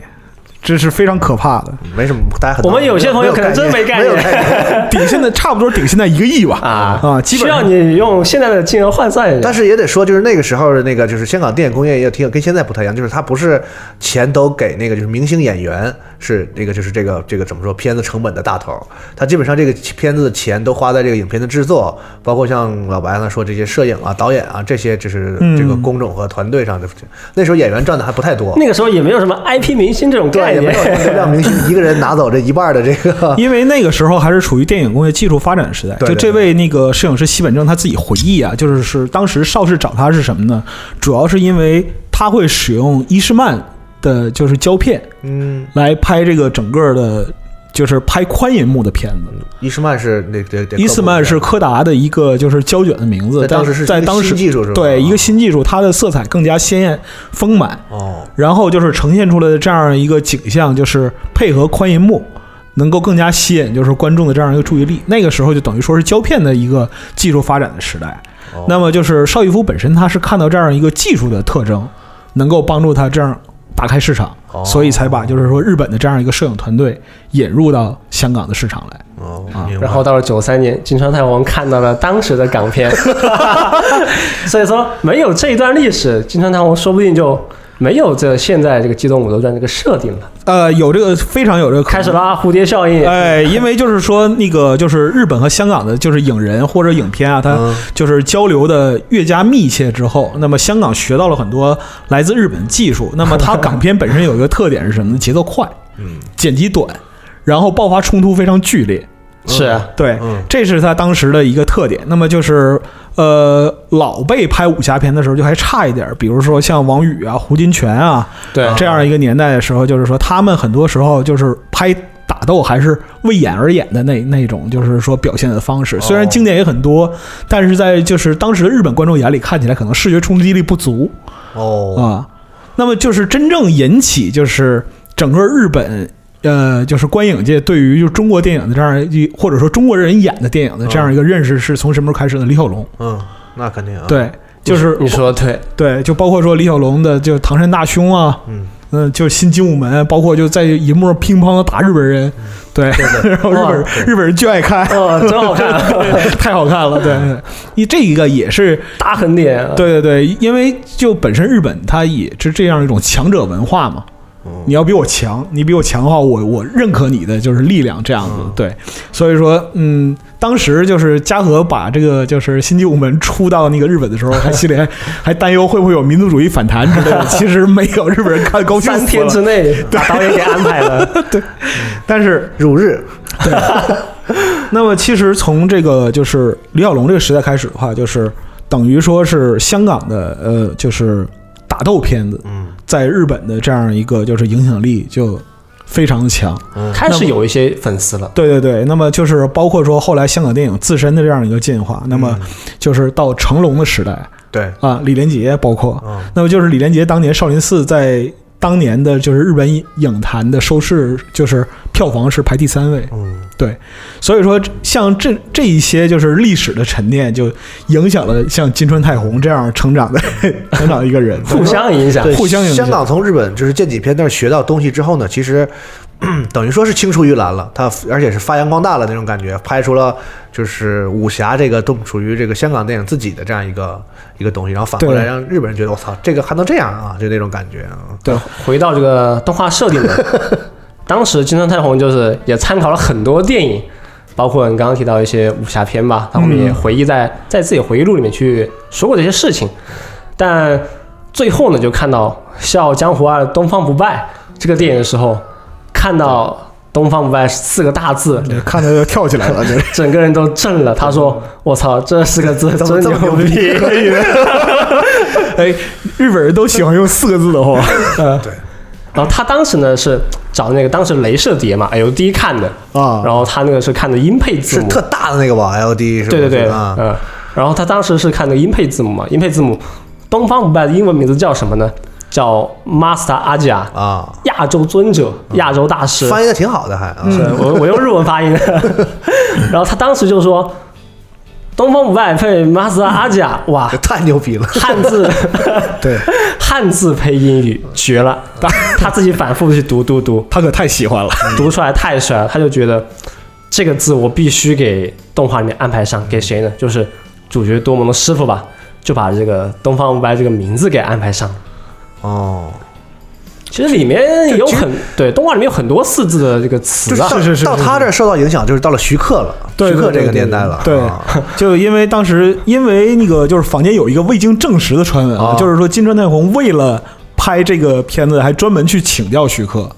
Speaker 2: 这是非常可怕的，
Speaker 1: 没什么，大家很
Speaker 3: 我们有些朋友
Speaker 1: 没
Speaker 3: 可能真没概
Speaker 1: 没有
Speaker 3: 念
Speaker 1: 概念。
Speaker 2: 顶现在差不多顶现在一个亿吧，
Speaker 3: 啊
Speaker 2: 啊基
Speaker 3: 需
Speaker 2: 本上
Speaker 3: 要你用现在的金额换算一下。
Speaker 1: 但是也得说，就是那个时候的那个，就是香港电影工业也挺有跟现在不太一样，就是它不是钱都给那个就是明星演员，是这个就是这个这个怎么说片子成本的大头儿，它基本上这个片子的钱都花在这个影片的制作，包括像老白刚才说这些摄影啊、导演啊这些，就是这个
Speaker 2: 嗯
Speaker 1: 工种和团队上的。那时候演员赚的还不太多，
Speaker 3: 那个时候也没有什么 IP 明星这种概
Speaker 1: 对，也没
Speaker 3: 念
Speaker 1: 有，说让明星一个人拿走这一半的这个
Speaker 2: 因为那个时候还是处于电影工业技术发展的时代。
Speaker 1: 对
Speaker 2: 就
Speaker 1: 对
Speaker 2: 这位那个摄影师西本正他自己回忆啊，就是是当时邵氏找他是什么呢？主要是因为他会使用伊士曼的，就是胶片
Speaker 1: 嗯，
Speaker 2: 来拍这个整个的。就是拍宽银幕的片子，
Speaker 1: 伊斯曼是那得得
Speaker 2: 伊斯曼是柯达的一个就是胶卷的名字，
Speaker 1: 在当
Speaker 2: 但
Speaker 1: 时是
Speaker 2: 在
Speaker 1: 一个
Speaker 2: 当
Speaker 1: 新
Speaker 2: 时
Speaker 1: 技术是吧
Speaker 2: 对一个新技术，它的色彩更加鲜艳丰满，
Speaker 1: 哦，
Speaker 2: 然后就是呈现出来的这样一个景象，就是配合宽银幕，能够更加吸引就是观众的这样一个注意力。那个时候就等于说是胶片的一个技术发展的时代。
Speaker 1: 哦
Speaker 2: 那么就是邵逸夫本身他是看到这样一个技术的特征，能够帮助他这样打开市场，
Speaker 1: 哦
Speaker 2: 所以才把就是说日本的这样一个摄影团队引入到香港的市场来。
Speaker 1: 哦
Speaker 2: 啊，
Speaker 1: 明白
Speaker 3: 然后到了九三年，金川太宏看到了当时的港片，所以说没有这一段历史，金川太宏说不定就没有这现在这个《机动武斗传》这个设定了。
Speaker 2: 呃，有这个非常有这个可能
Speaker 3: 开始啦，蝴蝶效应。
Speaker 2: 哎，因为就是说，那个就是日本和香港的，就是影人或者影片啊，它
Speaker 1: 嗯
Speaker 2: 就是交流的越加密切之后，那么香港学到了很多来自日本技术。那么它港片本身有一个特点是什么呢？节奏快，
Speaker 1: 嗯，
Speaker 2: 剪辑短，然后爆发冲突非常剧烈。
Speaker 3: 是啊，
Speaker 2: 对
Speaker 1: 嗯，
Speaker 2: 这是他当时的一个特点。那么就是，呃，老辈拍武侠片的时候就还差一点儿，比如说像王羽啊、胡金铨啊，
Speaker 3: 对
Speaker 2: 这样一个年代的时候，就是说他们很多时候就是拍打斗还是为演而演的那那种，就是说表现的方式。虽然
Speaker 1: 哦
Speaker 2: 经典也很多，但是在就是当时的日本观众眼里看起来可能视觉冲击力不足
Speaker 1: 哦，
Speaker 2: 啊。那么就是真正引起就是整个日本。呃，就是观影界对于就中国电影的这样一，或者说中国人演的电影的这样一个认识，是从什么时候开始的？李小龙，
Speaker 1: 嗯，那肯定啊，，
Speaker 2: 对，就是
Speaker 3: 你说的对，
Speaker 2: 对，就包括说李小龙的就唐山大兄啊，
Speaker 1: 嗯。
Speaker 2: 嗯，就是新精武门，包括就在银幕上乒乓的打日本人，对， 然后日本人
Speaker 1: 哦对
Speaker 2: 日本人巨爱看，
Speaker 3: 哦， 真好看，嗯
Speaker 2: 太好看 了，对，对你这一个也是，
Speaker 3: 大横点。，
Speaker 2: 对对对，因为就本身日本它也是这样一种强者文化嘛，
Speaker 3: 嗯
Speaker 2: 你要比我强，你比我强的话，我我认可你的就是力量这样子
Speaker 1: 嗯，
Speaker 2: 对，所以说，嗯，当时就是嘉禾把这个就是新精武门出到那个日本的时候，还心里还 还担忧会不会有民族主义反弹之类的，其实没有，日本人看高兴
Speaker 3: 三
Speaker 2: 死
Speaker 3: 天
Speaker 2: 了。
Speaker 3: 之内把导演给安排了。
Speaker 2: 但是
Speaker 1: 入日，
Speaker 2: 那么其实从这个就是李小龙这个时代开始的话，就是等于说是香港的呃，就是打斗片子
Speaker 1: 嗯
Speaker 2: 在日本的这样一个就是影响力就非常的强。
Speaker 1: 嗯，
Speaker 3: 开始有一些粉丝了，
Speaker 2: 对对对，那么就是包括说后来香港电影自身的这样一个进化，那么就是到成龙的时代
Speaker 1: 嗯对，
Speaker 2: 啊，李连杰包括，
Speaker 1: 嗯
Speaker 2: 那么就是李连杰当年少林寺在。当年的就是日本影坛的收视，就是票房是排第三位，
Speaker 1: 嗯，
Speaker 2: 所以说，像这这一些就是历史的沉淀，就影响了像金川太宏这样成长的 成长的一个人。
Speaker 3: 互相影响
Speaker 1: 对，。
Speaker 2: 互相影响
Speaker 1: 香港从日本就是剑戟片那儿学到东西之后呢，其实 咳等于说是青出于蓝了，它而且是发扬光大了那种感觉，拍出了就是武侠这个都属于这个香港电影自己的这样一个一个东西，然后反过来
Speaker 2: 对
Speaker 1: 让日本人觉得我操，这个还能这样啊，就那种感觉啊，
Speaker 2: 对，
Speaker 3: 回到这个动画设定的， 当时金川太宏就是也参考了很多电影，包括你刚刚提到一些武侠片吧，他后面也回忆在在自己回忆录里面去说过这些事情，但最后呢，就看到《笑傲江湖二：东方不败》这个电影的时候，看到“东方不败”四个大字，
Speaker 2: 看他就跳起来 了，就是
Speaker 3: 整个人都震了。他说：“我操，这四个字真
Speaker 1: 这么
Speaker 3: 牛逼！”
Speaker 2: 哎，日本人都喜欢用四个 字的话， 呃
Speaker 3: 然后他当时呢是找那个当时镭射碟嘛，LD 哎看的
Speaker 2: 啊
Speaker 3: 然后他那个是看的音配字
Speaker 1: 是
Speaker 3: 幕，
Speaker 1: 特大的那个吧，LD 是吧？
Speaker 3: 对对对，
Speaker 1: 啊，
Speaker 3: 嗯，然后他当时是看的音配字母嘛，音配字母，东方不败的英文名字叫什么呢？叫 Master 阿贾，
Speaker 1: 啊，嗯
Speaker 3: 亚洲尊者、亚洲大师，
Speaker 1: 翻译的挺好的还啊，
Speaker 3: 对我我用日 文发音的。然后他当时就说：“东方不败配 Master 阿贾，哇
Speaker 1: 这， 太牛逼了，
Speaker 3: 汉字
Speaker 1: 对，
Speaker 3: 汉字配英语绝了！” 他自己反复去读读读，
Speaker 4: 他可太喜欢了。
Speaker 3: 读出来太帅了，他就觉得这个字我必须给动画里面安排上，给谁呢？就是主角多蒙的师傅吧，就把这个东方不败这个名字给安排上。
Speaker 1: 哦，
Speaker 3: 其实里面有
Speaker 1: 其实
Speaker 3: 很对动画里面有很多四字的这个词
Speaker 1: 就是
Speaker 3: 啊，
Speaker 1: 到
Speaker 2: 是是是
Speaker 1: 到
Speaker 2: 是
Speaker 1: 他这儿受到影响，就是到了徐克了，
Speaker 2: 对
Speaker 1: 徐克
Speaker 2: 对对
Speaker 1: 这个
Speaker 2: 对
Speaker 1: 年代了，
Speaker 2: 对
Speaker 1: 啊
Speaker 2: 就因为当时因为那个就是坊间有一个未经证实的传闻啊，
Speaker 1: 啊
Speaker 2: 就是说金川太宏为了拍这个片子，还专门去请教徐克，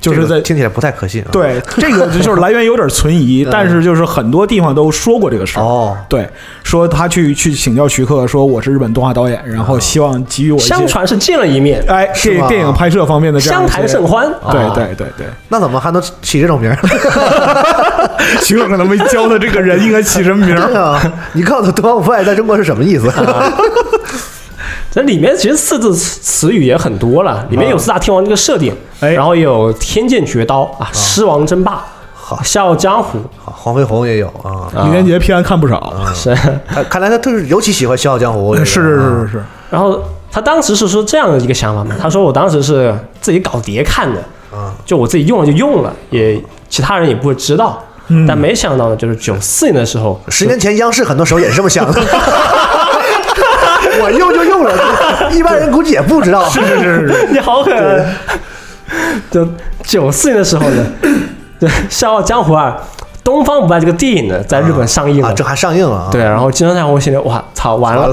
Speaker 2: 就是
Speaker 1: 这个
Speaker 2: 在。
Speaker 1: 听起来不太可 信啊，，
Speaker 2: 对，这个就是来源有点 存疑，但是就是很多地方都说过这个事儿。
Speaker 1: 哦，
Speaker 2: 对，说他去去请教徐克，说我是日本动画导演，然后希望给予我一
Speaker 3: 相
Speaker 2: 些
Speaker 3: 传是见了一面，
Speaker 2: 哎
Speaker 1: 是
Speaker 2: 电
Speaker 1: 吗
Speaker 2: 电影拍摄方面的这样
Speaker 3: 相
Speaker 2: 一
Speaker 3: 谈
Speaker 2: 些
Speaker 3: 甚欢。
Speaker 1: 啊
Speaker 2: 对对对 对，
Speaker 1: 那怎么还能起这种名儿？
Speaker 2: 徐克可能没教他这个人应该起什么 名
Speaker 1: 对
Speaker 2: 儿。
Speaker 1: 啊，你告诉我东方不败在中国是什么意思？啊
Speaker 3: 这里面其实四字词词语也很多了，里面有四大天王这个设定，
Speaker 2: 哎
Speaker 3: 然后也有天剑绝刀啊，狮王争霸，
Speaker 1: 好
Speaker 3: 笑傲江湖 啊
Speaker 1: 好黄飞鸿也有啊，
Speaker 2: 李连杰片看 不少，
Speaker 3: 是。
Speaker 1: 他看来他就是尤其喜欢《笑傲江湖》这
Speaker 2: 呃是
Speaker 1: 个，
Speaker 2: 是是是是，
Speaker 3: 然后他当时是说这样的一个想法嘛，他说我当时是自己搞碟看的，
Speaker 1: 啊，
Speaker 3: 就我自己用了就用了，也其他人也不会知道。但没想到呢，就是九四年的时候，
Speaker 1: 十年前央视很多时候也是这么想的。 我用就用了，一般人估计也不知道。啊 是是是是，
Speaker 3: 你好狠啊！就九四年的时候呢，对《笑傲江湖二》东方不败这个电影呢，在日本上映了。
Speaker 1: 啊，这还上映了啊！
Speaker 3: 对，，然后金城太宏心里，哇操，完 了，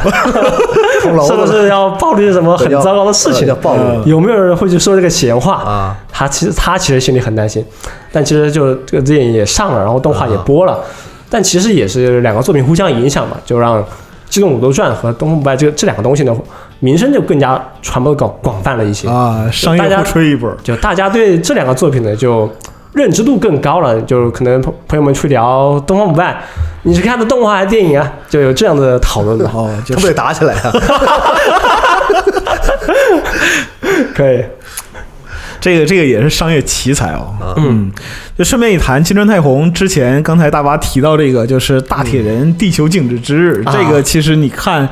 Speaker 1: 红楼
Speaker 3: 是不是要暴露什么很糟糕的事情？
Speaker 1: 要暴露
Speaker 3: 有没有人会去说这个闲话？
Speaker 1: 啊？
Speaker 3: 他其实他其实心里很担心，但其实就这个电影也上了，然后动画也播
Speaker 1: 啊
Speaker 3: 了，但其实也是两个作品互相影响嘛，就让《机动武斗传》和《东方不败》这个这两个东西呢，名声就更加传播得广广泛了一些。
Speaker 2: 啊，商业互吹一波，
Speaker 3: 就大家对这两个作品呢，就认知度更高了。就是可能朋朋友们去聊《东方不败》，你是看的动画还是电影啊？就有这样的讨论吧。
Speaker 2: 哦，就
Speaker 1: 他们得打起来啊！
Speaker 3: 可以，
Speaker 2: 这个这个也是商业奇才哦。
Speaker 3: 嗯，
Speaker 2: 嗯，就顺便一谈，金川太宏之前刚才大巴提到这个，就是大铁人地球静止之日，
Speaker 3: 啊
Speaker 2: 这个其实你看。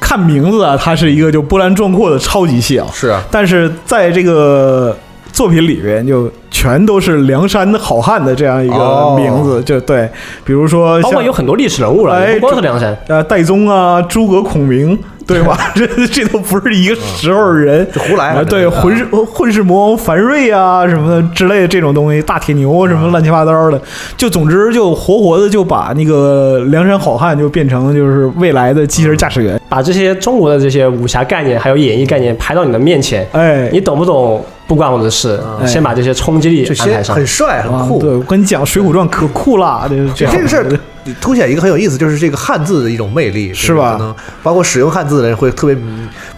Speaker 2: 看名字啊，它是一个就波澜壮阔的超级戏啊，
Speaker 1: 是啊，
Speaker 2: 但是在这个作品里边，就全都是梁山好汉的这样一个
Speaker 1: 哦
Speaker 2: 名字，就对，比如说
Speaker 3: 包括
Speaker 2: 像
Speaker 3: 有很多历史人物了，
Speaker 2: 哎
Speaker 3: 也不光是梁山。
Speaker 2: 呃戴宗啊、诸葛孔明，对 吧？这这都不是一个时候的人，
Speaker 1: 这胡来
Speaker 2: 啊，
Speaker 1: 啊
Speaker 2: 对，混世混世魔王樊瑞啊什么的之类的这种东西，大铁牛什
Speaker 1: 啊
Speaker 2: 么乱七八糟的，就总之就活活的就把那个梁山好汉就变成就是未来的机
Speaker 1: 啊
Speaker 2: 器人驾驶员，
Speaker 3: 把这些中国的这些武侠概念还有演绎概念拍到你的面前，
Speaker 2: 哎
Speaker 3: 你。懂不懂不关我的事，先把这些冲击力
Speaker 1: 就
Speaker 3: 安排
Speaker 1: 先
Speaker 3: 上
Speaker 1: 很。帅很
Speaker 2: 啊，
Speaker 1: 酷。
Speaker 2: 对，我跟你讲，《水浒传》可酷啦，就是这样。
Speaker 1: 这个事儿凸显一个很有意思，就是这个汉字的一种魅力，就是
Speaker 2: 吧
Speaker 1: 可能包括使用汉字的人会特别，比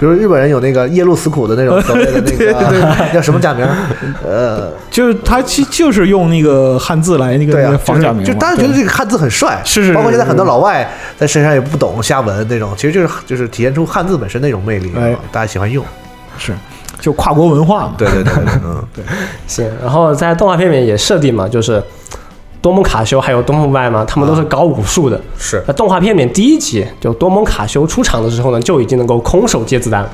Speaker 1: 如日本人有那个夜路死苦的那种所谓的那
Speaker 2: 对对
Speaker 1: 个叫什么假名儿？ 呃，
Speaker 2: 就是他其就是用那个汉字来那个
Speaker 1: 对
Speaker 2: 那
Speaker 1: 啊
Speaker 2: 个，仿假名嘛，
Speaker 1: 就是就大家觉得
Speaker 2: 对
Speaker 1: 这个汉字很帅，
Speaker 2: 是是
Speaker 1: 包括现在
Speaker 2: 是
Speaker 1: 很多老外在身上也不懂瞎文那种，其实就是就是体现出汉字本身那种魅力，
Speaker 2: 哎
Speaker 1: 大家喜欢用。
Speaker 2: 是就跨国文化嘛。
Speaker 1: 对对对对，嗯，
Speaker 3: 行，然后在动画片里面也设定嘛，就是多蒙卡修还有多蒙外嘛，他们都是搞武术的。
Speaker 1: 是
Speaker 3: 那动画片里面第一集就多蒙卡修出场的时候呢，就已经能够空手接子弹了。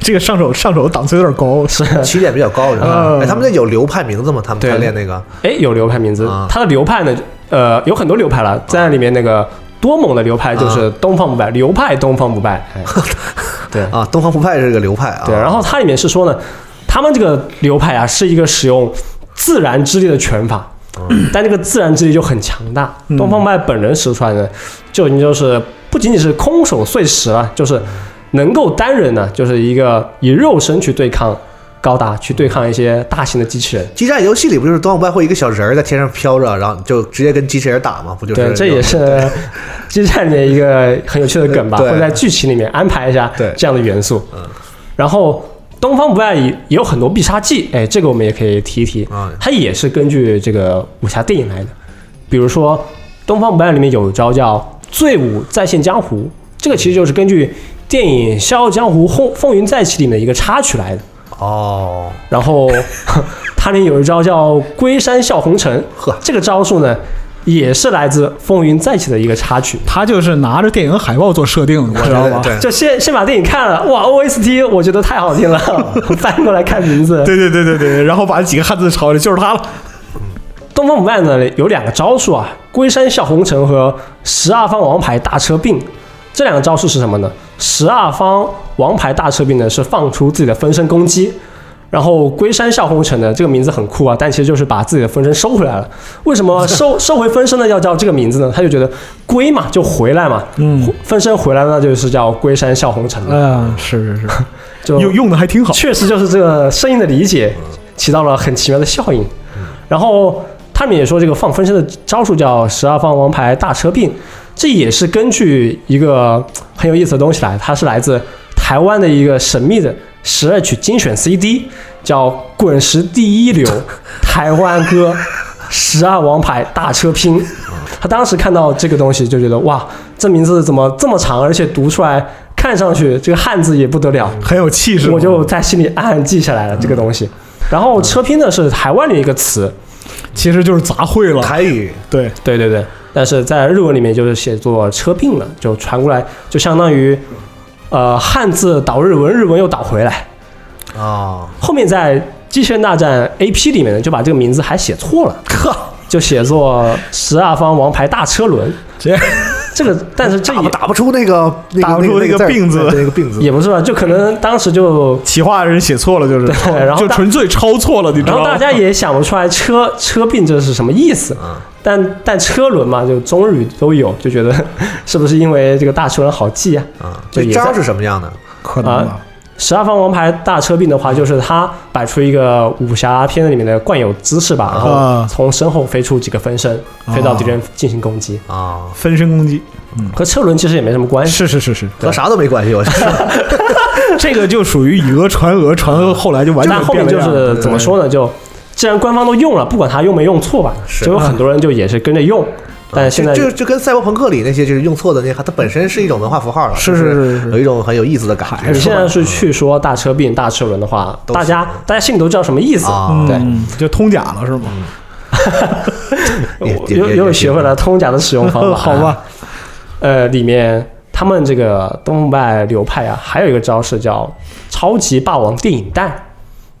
Speaker 2: 这个上手上手档次有点高，是
Speaker 1: 起点比较高，是吧？
Speaker 2: 嗯
Speaker 1: 哎，他们那有流派名字吗？他们
Speaker 3: 对
Speaker 1: 他练那个
Speaker 3: 哎，有流派名字
Speaker 1: 啊，
Speaker 3: 它的流派呢，呃，有很多流派了，在里面那个多蒙的流派就是东方不败，流派东方不败。哎 对
Speaker 1: 啊，东方不败是个流派啊。
Speaker 3: 对，然后它里面是说呢，他们这个流派啊是一个使用自然之力的拳法，但这个自然之力就很强大。东方不败本人使出来呢，就已经就是不仅仅是空手碎石了，就是能够单人呢，就是一个以肉身去对抗高达，去对抗一些大型的机器人。
Speaker 1: 激战游戏里不就是东方不败会有一个小人儿在天上飘着，然后就直接跟机器人打嘛？不就是
Speaker 3: 对，
Speaker 1: 种？
Speaker 3: 这也 是激战里面一个很有趣的梗吧，
Speaker 1: 对
Speaker 3: 会在剧情里面安排一下
Speaker 1: 对嗯
Speaker 3: 这样的元素。然后东方不败也也有很多必杀技，哎，这个我们也可以提一提
Speaker 1: 啊，
Speaker 3: 它也是根据这个武侠电影来的。比如说东方不败里面有一招叫“醉舞再现江湖”，这个其实就是根据电影《笑傲江湖》《风风云再起》里面的一个插曲来的。
Speaker 1: 哦，
Speaker 3: 然后 它里面有一招叫“龟山笑红尘”，
Speaker 1: 呵
Speaker 3: 这个招数呢，也是来自《风云再起》的一个插曲。
Speaker 2: 他就是拿着电影海报做设定的，
Speaker 1: 我
Speaker 2: 知
Speaker 1: 觉
Speaker 2: 道
Speaker 1: 得
Speaker 2: 吧？
Speaker 1: 对
Speaker 3: 就先先把电影看了，哇，OST 我觉得太好听了， 翻过来看名字。
Speaker 2: 对对对对对，然后把几个汉字抄了，就是他了。
Speaker 3: 东方不败呢有两个招数啊，龟山笑红尘和十二方王牌大车并。这两个招数是什么呢？十二方王牌大车并呢是放出自己的分身攻击，然后龟山笑红尘呢这个名字很酷啊，但其实就是把自己的分身收回来了。为什么收收回分身呢？要叫这个名字呢？他就觉得龟嘛就回来嘛，
Speaker 2: 嗯，
Speaker 3: 分身回来那就是叫龟山笑红尘了。
Speaker 2: 嗯，是是是，
Speaker 3: 就
Speaker 2: 用用的还挺好。
Speaker 3: 确实就是这个声音的理解起到了很奇妙的效应。然后他们也说，这个放分身的招数叫十二方王牌大车并，这也是根据一个很有意思的东西来，它是来自台湾的一个神秘的十二曲精选 CD，叫《滚石第一流台湾歌十二王牌大车拼》。他当时看到这个东西就觉得哇，这名字怎么这么长，而且读出来看上去这个汉字也不得了，
Speaker 2: 很有气势，
Speaker 3: 我就在心里暗暗记下来了这个东西。然后车拼呢是台湾的一个词，
Speaker 2: 其实就是杂烩了。
Speaker 1: 台语
Speaker 2: 对，
Speaker 3: 对对对，但是在日文里面就是写作车并了，就传过来就相当于，呃，汉字倒日文，日文又倒回来。
Speaker 1: 啊，
Speaker 3: 后面在《机器人大战 A.P.》里面呢，就把这个名字还写错了，就写作十二方王牌大车轮。
Speaker 2: 这
Speaker 3: 这个，但是这
Speaker 1: 打不
Speaker 3: 也
Speaker 1: 打不出那个那个
Speaker 2: 打不出
Speaker 1: 那
Speaker 2: 那个
Speaker 1: 个
Speaker 2: 病字
Speaker 1: 对那个病字，
Speaker 3: 也不是吧，就可能当时就
Speaker 2: 企划人写错了，就是
Speaker 3: 对然后
Speaker 2: 就
Speaker 3: 大
Speaker 2: 纯粹抄错了，你知
Speaker 3: 然
Speaker 2: 道
Speaker 3: 后
Speaker 2: 吗？
Speaker 3: 大家也想不出来车车并这是什么意思，
Speaker 2: 嗯
Speaker 3: 但但车轮嘛，就中日都有，就觉得是不是因为这个大车轮好记啊？
Speaker 2: 嗯
Speaker 1: 啊，
Speaker 3: 就
Speaker 1: 这
Speaker 3: 也
Speaker 1: 招
Speaker 3: 在
Speaker 1: 是什么样的？
Speaker 2: 可能
Speaker 3: 啊
Speaker 2: 吧，
Speaker 3: 十二方王牌大车并的话，就是他摆出一个武侠片里面的惯有姿势吧，然后
Speaker 2: 啊
Speaker 3: 从身后飞出几个分身，
Speaker 2: 嗯
Speaker 3: 飞到敌人进行攻击，
Speaker 1: 啊，
Speaker 2: 分身攻击，
Speaker 3: 和车轮其实也没什么关系。
Speaker 2: 是是是是，
Speaker 1: 和啥都没关系，我觉得
Speaker 2: 这个就属于以讹传讹，传讹后来就完
Speaker 3: 但
Speaker 2: 全
Speaker 3: 嗯后
Speaker 2: 变
Speaker 3: 面
Speaker 2: 了
Speaker 3: 就
Speaker 2: 样
Speaker 3: 是
Speaker 2: 对
Speaker 3: 怎么说呢？就既然官方都用了，不管他用没用错吧，
Speaker 1: 是
Speaker 3: 就有很多人就也是跟着用，
Speaker 2: 嗯
Speaker 3: 但现在
Speaker 1: 就就就跟赛博朋克里那些就是用错的那，它本身是一种文化符号了，
Speaker 2: 是
Speaker 1: 就是是
Speaker 2: 是是
Speaker 1: 有一种很有意思的感觉。
Speaker 3: 哎你现在是去说大车并、大车轮的话，
Speaker 1: 都
Speaker 3: 大
Speaker 1: 是
Speaker 3: 家大家心里都知道什么意思，
Speaker 1: 啊
Speaker 3: 哎对，
Speaker 2: 嗯，就通假了是吗？
Speaker 1: 也
Speaker 3: 我
Speaker 1: 也
Speaker 3: 又
Speaker 1: 也
Speaker 3: 又
Speaker 1: 也
Speaker 3: 学会了通假的使 用方法。
Speaker 2: 好，吧，
Speaker 3: 呃，里面他们这个东方拜流派啊，还有一个招式叫“超级霸王电影蛋”，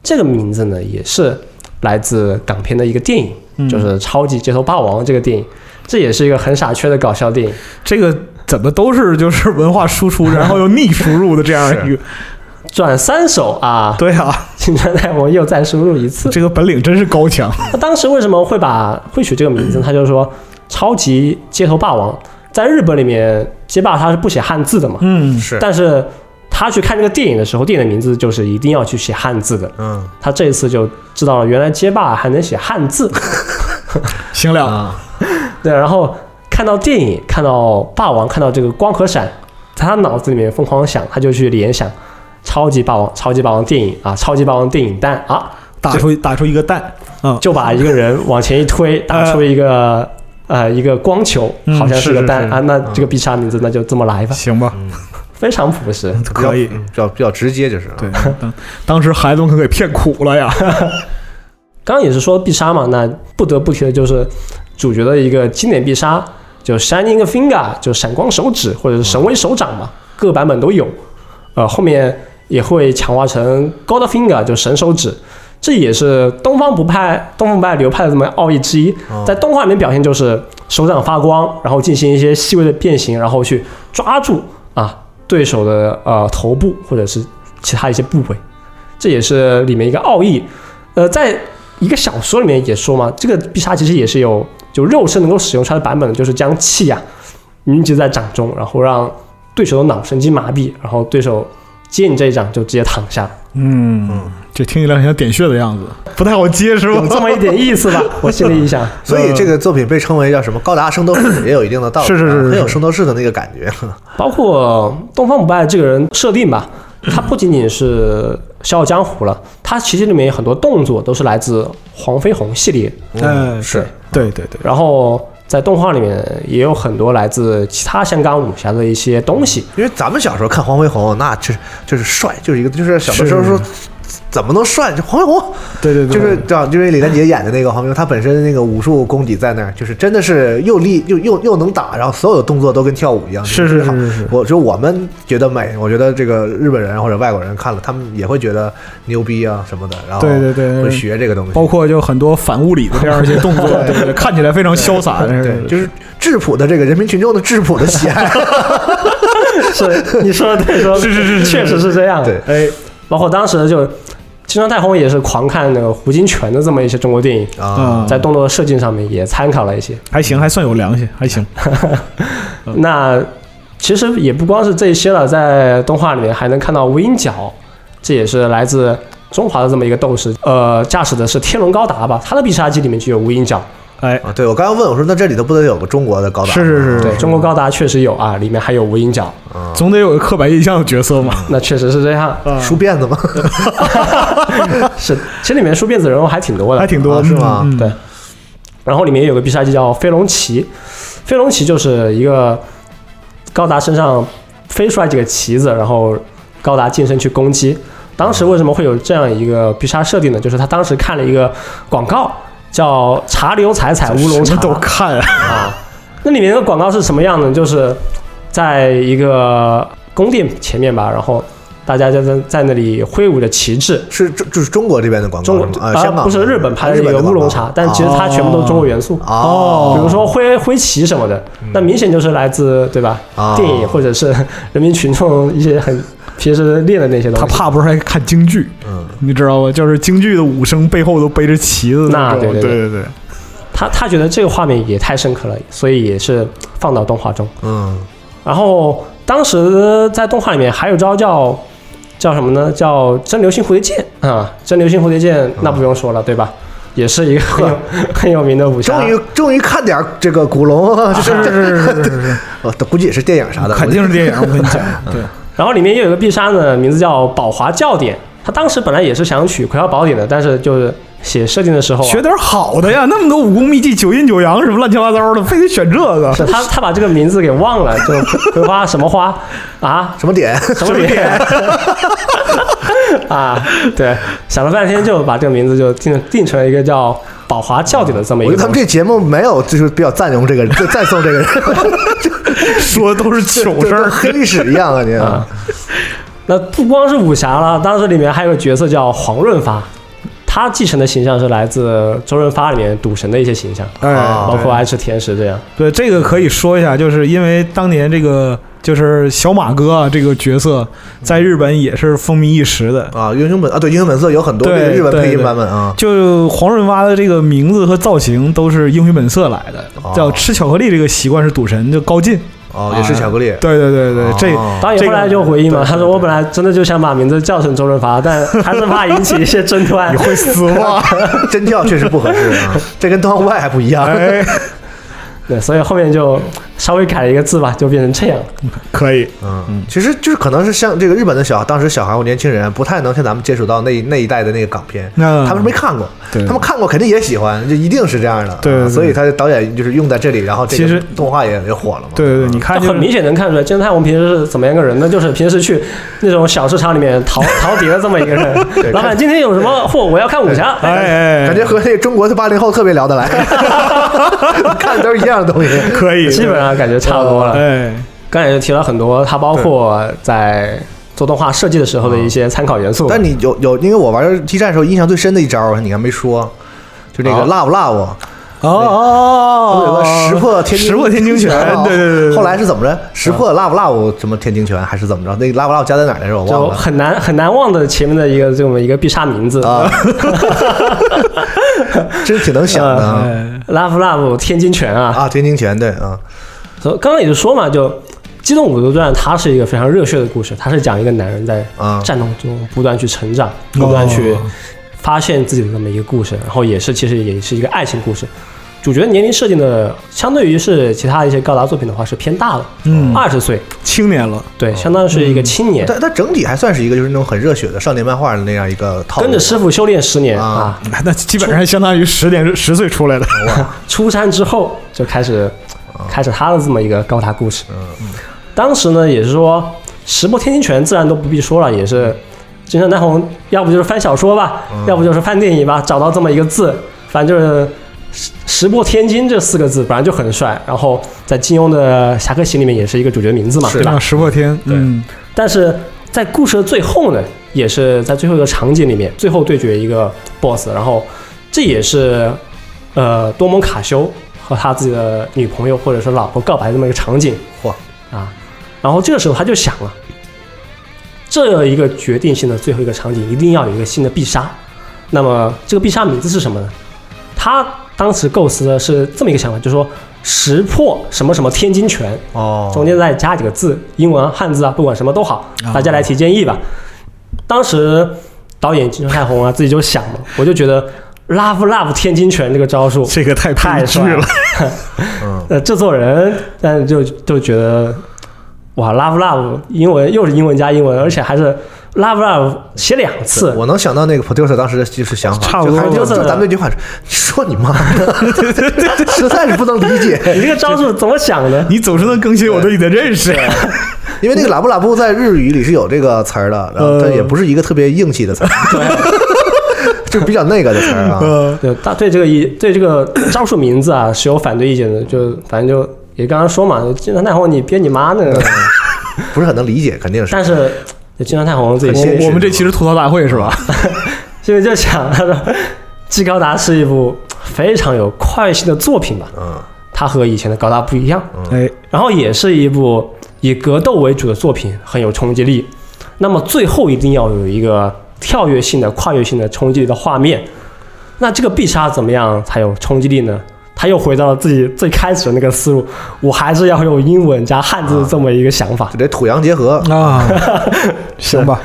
Speaker 3: 这个名字呢也是来自港片的一个电影，
Speaker 1: 嗯
Speaker 3: 就是《超级街头霸王》这个电影，这也是一个很傻缺的搞笑电影。
Speaker 2: 这个怎么都是就是文化输 出，然后又逆输入的这样一个，
Speaker 3: 转三手啊，
Speaker 2: 对啊，
Speaker 3: 青春代魔又再输入一次。
Speaker 2: 这个本领真是高强，
Speaker 3: 他当时为什么会把会取这个名字？他就说“超级街头霸王”在日本里面，街霸他是不写汉字的嘛，
Speaker 2: 嗯，
Speaker 1: 是，
Speaker 3: 但是他去看这个电影的时候，电影的名字就是一定要去写汉字的。
Speaker 1: 嗯
Speaker 3: 他这一次就知道了，原来街霸还能写汉字。
Speaker 2: 行了，
Speaker 1: 啊，
Speaker 3: 对，然后看到电影，看到霸王，看到这个光和闪，在他脑子里面疯狂想，他就去联想“超级霸王”“超级霸王”电影啊，“超级霸王”电影蛋啊，
Speaker 2: 打出打出一个蛋，嗯，
Speaker 3: 就把一个人往前一推，打出一个呃一个光球，
Speaker 2: 嗯
Speaker 3: 好像是个
Speaker 2: 是
Speaker 3: 蛋
Speaker 2: 是是
Speaker 3: 啊。那这个必杀名字那就这么来吧，
Speaker 2: 行吧，
Speaker 3: 非常朴实。
Speaker 1: 比较
Speaker 2: 嗯可以，
Speaker 1: 嗯比较比较直接，就是啊
Speaker 2: 对，当当时孩子们可给骗苦了呀，
Speaker 3: 刚刚也是说必杀嘛，那不得不提的就是主角的一个经典必杀，就 Shining Finger，就闪光手指或者是神威手掌嘛，各个版本都有。呃，后面也会强化成 God Finger，就神手指。这也是东方不败、东方不败流派的这么奥义之一，
Speaker 1: 嗯
Speaker 3: 在动画里面表现就是手掌发光，然后进行一些细微的变形，然后去抓住啊对手的呃头部或者是其他一些部位，这也是里面一个奥义。呃，在一个小说里面也说嘛，这个必杀其实也是有就肉身能够使用出来的版本的，就是将气呀、凝结在掌中，然后让对手的脑神经麻痹，然后对手接你这一掌就直接躺下了，
Speaker 2: 嗯，这听起来很像点穴的样子，不太好接是吧
Speaker 3: 有？这么一点意思吧？我心里一想，
Speaker 1: 所以这个作品被称为叫什么“高达圣斗士”，也有一定的道理啊，
Speaker 2: 嗯是是是是
Speaker 1: 很有圣斗士的那个感觉。
Speaker 3: 包括东方不败这个人设定吧，他不仅仅是《笑傲江湖》了，他其实里面有很多动作都是来自黄飞鸿系列，
Speaker 2: 嗯，
Speaker 1: 是
Speaker 2: 对对对，
Speaker 3: 然后在动画里面也有很多来自其他香港武侠的一些东西。
Speaker 1: 因为咱们小时候看黄飞鸿，那就是就是帅，就是一个就是小的时候说怎么能帅？就黄飞鸿，
Speaker 2: 对对对，
Speaker 1: 就是这样，就是李连杰演的那个黄飞鸿，他本身那个武术功底在那儿，就是真的是又力又又又能打，然后所有的动作都跟跳舞一样。就
Speaker 2: 是
Speaker 1: 是好
Speaker 2: 是是是
Speaker 1: 我觉得我们觉得美，我觉得这个日本人或者外国人看了，他们也会觉得牛逼啊什么的，然后
Speaker 2: 对对对
Speaker 1: 会学这个东西。
Speaker 2: 包括就很多反物理的这样一些动作，对对对，看起来非常潇洒，但
Speaker 1: 对，
Speaker 2: 是
Speaker 1: 就是质朴的这个人民群众的质朴的喜爱。
Speaker 3: 是，你说的对，说的
Speaker 2: 是是是是
Speaker 3: 确实是这样。
Speaker 1: 对，
Speaker 3: 哎，包括当时就金川太宏也是狂看那个胡金铨的这么一些中国电影，
Speaker 1: 啊，
Speaker 3: 在动作设计上面也参考了一些。
Speaker 2: 还行，还算有良心，还行。
Speaker 3: 那其实也不光是这些了，在动画里面还能看到无影脚，这也是来自中华的这么一个斗士，呃，驾驶的是天龙高达吧？他的必杀技里面就有无影脚，
Speaker 2: 哎，
Speaker 1: 啊对我刚刚问我说，那这里头不得有个中国的高达吗？
Speaker 2: 是是是
Speaker 3: 对，中国高达确实有啊，里面还有无影脚，
Speaker 2: 总得有个刻板印象的角色嘛。
Speaker 3: 那确实是这样。
Speaker 2: 啊
Speaker 1: 梳辫子吗？
Speaker 3: 是，其实里面梳辫子人物还挺多的
Speaker 2: 还，挺多
Speaker 1: 啊是吗
Speaker 2: 嗯嗯
Speaker 3: 对，然后里面也有个必杀技叫飞龙旗，飞龙旗就是一个高达身上飞出来几个旗子，然后高达近身去攻击。当时为什么会有这样一个必杀设定呢？就是他当时看了一个广告，叫“茶里有彩彩乌
Speaker 2: 什
Speaker 3: 龙茶
Speaker 2: 么都看啊，”
Speaker 3: 啊，那里面的广告是什么样呢？就是在一个宫殿前面吧，然后大家就在在那里挥舞着旗帜，
Speaker 1: 是中就是中国这边的广告
Speaker 3: 中
Speaker 1: 是
Speaker 3: 国
Speaker 1: 吗？
Speaker 3: 啊
Speaker 1: 啊，香港
Speaker 3: 不是日本拍的一
Speaker 1: 日
Speaker 3: 个
Speaker 1: 本
Speaker 3: 乌
Speaker 1: 广告啊
Speaker 3: 龙茶，但其实它全部都是中国元素。
Speaker 1: 哦，嗯
Speaker 3: 比如说挥挥旗什么的，那明显就是来自对吧？
Speaker 1: 啊
Speaker 3: 电影或者是 人民群众一些很平时练的那些东
Speaker 2: 他
Speaker 3: 西。
Speaker 2: 怕不是还看京剧，
Speaker 1: 嗯，
Speaker 2: 你知道吗？就是京剧的武生背后都背着旗子
Speaker 3: 那
Speaker 2: 种对
Speaker 3: 对对对
Speaker 2: 对，
Speaker 3: 他他觉得这个画面也太深刻了，所以也是放到动画中。
Speaker 1: 嗯
Speaker 3: 然后当时在动画里面还有招叫叫什么呢？叫真流星蝴蝶剑啊！真流星蝴蝶
Speaker 1: 嗯
Speaker 3: 剑那不用说了，对吧？也是一个很 有很有名的武侠。
Speaker 1: 终于终于看点这个古龙， 就是是
Speaker 2: 是是是 是，
Speaker 1: 我估计也是电影啥的，
Speaker 2: 肯定是电影，我跟你讲， 对，
Speaker 3: 然后里面又有一个必杀呢，名字叫宝华教典。他当时本来也是想取《葵花宝典》的，但是就是写设定的时候、啊，
Speaker 2: 学点好的呀，那么多武功秘籍、九阴九阳什么乱七八糟的，非得选这 个，
Speaker 3: 是他他把这个名字给忘了，就葵花什么花啊
Speaker 1: 什么点？
Speaker 3: 什么点啊？对，想了半天就把这个名字就定定成了一个叫宝华教典的这
Speaker 1: 我
Speaker 3: 么一
Speaker 1: 觉
Speaker 3: 个
Speaker 1: 得他们
Speaker 3: 东西。
Speaker 1: 这节目没有就是比较赞扬这个人，就赞颂 这个人，
Speaker 2: 说的都是糗
Speaker 1: 就跟
Speaker 2: 事儿。
Speaker 1: 黑历史一样啊！你
Speaker 3: 啊那不光是武侠了，当时里面还有个角色叫黄润发，他继承的形象是来自周润发里面赌神的一些形象，
Speaker 2: 哎，
Speaker 1: 啊
Speaker 3: 包
Speaker 2: 对
Speaker 3: 括爱吃甜食这样。
Speaker 2: 对，这个可以说一下，就是因为当年这个就是小马哥啊这个角色在日本也是风靡一时的。
Speaker 1: 啊，英雄本啊，对，英雄本色有很多
Speaker 2: 对
Speaker 1: 这个日本
Speaker 2: 对
Speaker 1: 配音
Speaker 2: 对
Speaker 1: 版本啊，
Speaker 2: 就黄润发的这个名字和造型都是英雄本色来的
Speaker 1: 哦，
Speaker 2: 叫吃巧克力这个习惯是赌神，就高进。啊
Speaker 1: 哦，也是巧克力，
Speaker 2: 对对对对，这
Speaker 1: 哦
Speaker 3: 导演后来就回应嘛，
Speaker 2: 这个
Speaker 3: 他说我本来真的就想把名字叫成周润发，但还是怕引起一些争端
Speaker 2: 你。会死吗？
Speaker 1: 真跳确实不合适 啊，这跟端午外还不一样。
Speaker 2: 哎，
Speaker 3: 对，所以后面就稍微改了一个字吧，就变成这样了。
Speaker 2: 可以，
Speaker 1: 嗯，其实就是可能是像这个日本的小当时小孩或年轻人不太能像咱们接触到那那一代的那个港片，
Speaker 2: 嗯
Speaker 1: 他们是没看过，
Speaker 2: 对
Speaker 1: 他们看过肯定也喜欢，就一定是这样的，
Speaker 2: 对对
Speaker 1: 啊
Speaker 2: 对
Speaker 1: 所以他的导演就是用在这里，然后这
Speaker 2: 其
Speaker 1: 个
Speaker 2: 实
Speaker 1: 动画也也火了嘛，
Speaker 2: 对对对，你看
Speaker 3: 就
Speaker 2: 就
Speaker 3: 很明
Speaker 2: 是
Speaker 3: 显能看出来，金泰宏平时是怎么样一个人呢？就是平时去那种小市场里面 淘淘碟的这么一个人。老板，今天有什么货？我要看武侠。
Speaker 2: 哎
Speaker 3: 哎，
Speaker 2: 哎，哎
Speaker 1: 感觉和那中国的八零后特别聊 得来，看的都是一样的东西，
Speaker 2: 可以，
Speaker 3: 基本上感觉差不多
Speaker 1: 呃
Speaker 3: 了。
Speaker 2: 哎，
Speaker 3: 刚才也提了很多，它包括在做动画设计的时候的一些参考元素。
Speaker 1: 但你有有，因为我玩激战的时候印象最深的一招，你还没说，就那个
Speaker 3: 啊
Speaker 1: love love，
Speaker 2: 哦哦，
Speaker 1: 不是有个石破天哦
Speaker 2: 石破天惊拳，对对对对，嗯
Speaker 1: 后来是怎么着？石破 love love 什么天惊拳还是怎么着？那 love love 加在哪儿来着？我忘
Speaker 3: 就
Speaker 1: 了。
Speaker 3: 很难很难忘的前面的一个这么一个必杀名字
Speaker 1: 啊，真挺能想的啊！
Speaker 2: 哎
Speaker 3: Love Love 天津拳啊，
Speaker 1: 啊，天津拳对啊，
Speaker 3: 所以刚刚也就说嘛，就《机动武斗传》它是一个非常热血的故事，它是讲一个男人在
Speaker 1: 啊
Speaker 3: 战斗中不断去成长，不断去发现自己的这么一个故事，然后也是其实也是一个爱情故事。主角年龄设定的相对于是其他一些高达作品的话是偏大的，
Speaker 2: 嗯
Speaker 3: 二十岁，
Speaker 2: 青年了，
Speaker 3: 对，相当于是一个青年，
Speaker 1: 嗯但但整体还算是一个就是那种很热血的少年漫画的那样一个套路。
Speaker 3: 跟着师傅修炼十年
Speaker 1: 啊
Speaker 3: 啊，
Speaker 2: 那基本上相当于十年十岁出来的。
Speaker 3: 出山之后就开始开始他的这么一个高达故事。当时呢，也是说石破天惊拳自然都不必说了，也是金山丹红，要不就是翻小说吧，要不就是翻电影吧，找到这么一个字，反正就是。石石破天惊这四个字本来就很帅，然后在金庸的《侠客行》里面也是一个主角名字嘛，
Speaker 1: 是
Speaker 3: 对吧？
Speaker 2: 让石破天，
Speaker 3: 对
Speaker 2: 嗯，
Speaker 3: 但是在故事的最后呢，也是在最后一个场景里面，最后对决一个 BOSS，然后这也是呃多蒙卡修和他自己的女朋友或者说老婆告白这么一个场景
Speaker 1: 嚯
Speaker 3: 啊，然后这个时候他就想了，这一个决定性的最后一个场景一定要有一个新的必杀，那么这个必杀名字是什么呢？他当时构思的是这么一个想法，就是说识破什么什么天金拳，
Speaker 1: 哦，
Speaker 3: 中间再加几个字，英文啊、汉字啊，不管什么都好，大家来提建议吧。当时导演金泰红啊自己就想了，我就觉得 love love 天津拳这个招数
Speaker 2: 这个太
Speaker 3: 太
Speaker 2: 悲剧
Speaker 3: 帅
Speaker 2: 了，。
Speaker 1: 嗯
Speaker 3: 呃，制作人但是就就觉得哇 love love 英文又是英文加英文，而且还是 love love 写两次，
Speaker 1: 我能想到那个 producer 当时的就是想法，
Speaker 2: 差不多
Speaker 1: 就还就
Speaker 3: producer
Speaker 1: 就咱们这句话，说你妈的， 实在是不能理解。
Speaker 3: 你这个招数怎么想的？
Speaker 2: 你总是能更新我对你的认识。
Speaker 1: 因为那个拉布拉布在日语里是有这个词儿的，然后
Speaker 2: 嗯
Speaker 1: 它也不是一个特别硬气的词儿， 就比较那个的词儿啊。
Speaker 2: 呃，
Speaker 3: 对，大对这个意对这个 招数名字啊是有反对意见的，就反正就也刚刚说嘛，金泰红你憋你妈呢。
Speaker 1: 不是很能理解，肯定是。
Speaker 3: 但是就金川太红自己
Speaker 1: 很
Speaker 3: 心
Speaker 1: 先
Speaker 3: 里
Speaker 1: 进
Speaker 2: 我们这期是吐槽大会是吧？
Speaker 3: 心里就想，他说《技高达》是一部非常有快性的作品吧，
Speaker 1: 嗯，
Speaker 3: 它和以前的高达不一样，
Speaker 2: 哎，
Speaker 3: 然后也是一部以格斗为主的作品，很有冲击力。那么最后一定要有一个跳跃性的、跨越性的冲击力的画面。那这个必杀怎么样才有冲击力呢？他又回到了自己最开始的那个思路，我还是要用英文加汉字这么一个想法。
Speaker 1: 就得土洋结合。
Speaker 2: 啊，行吧，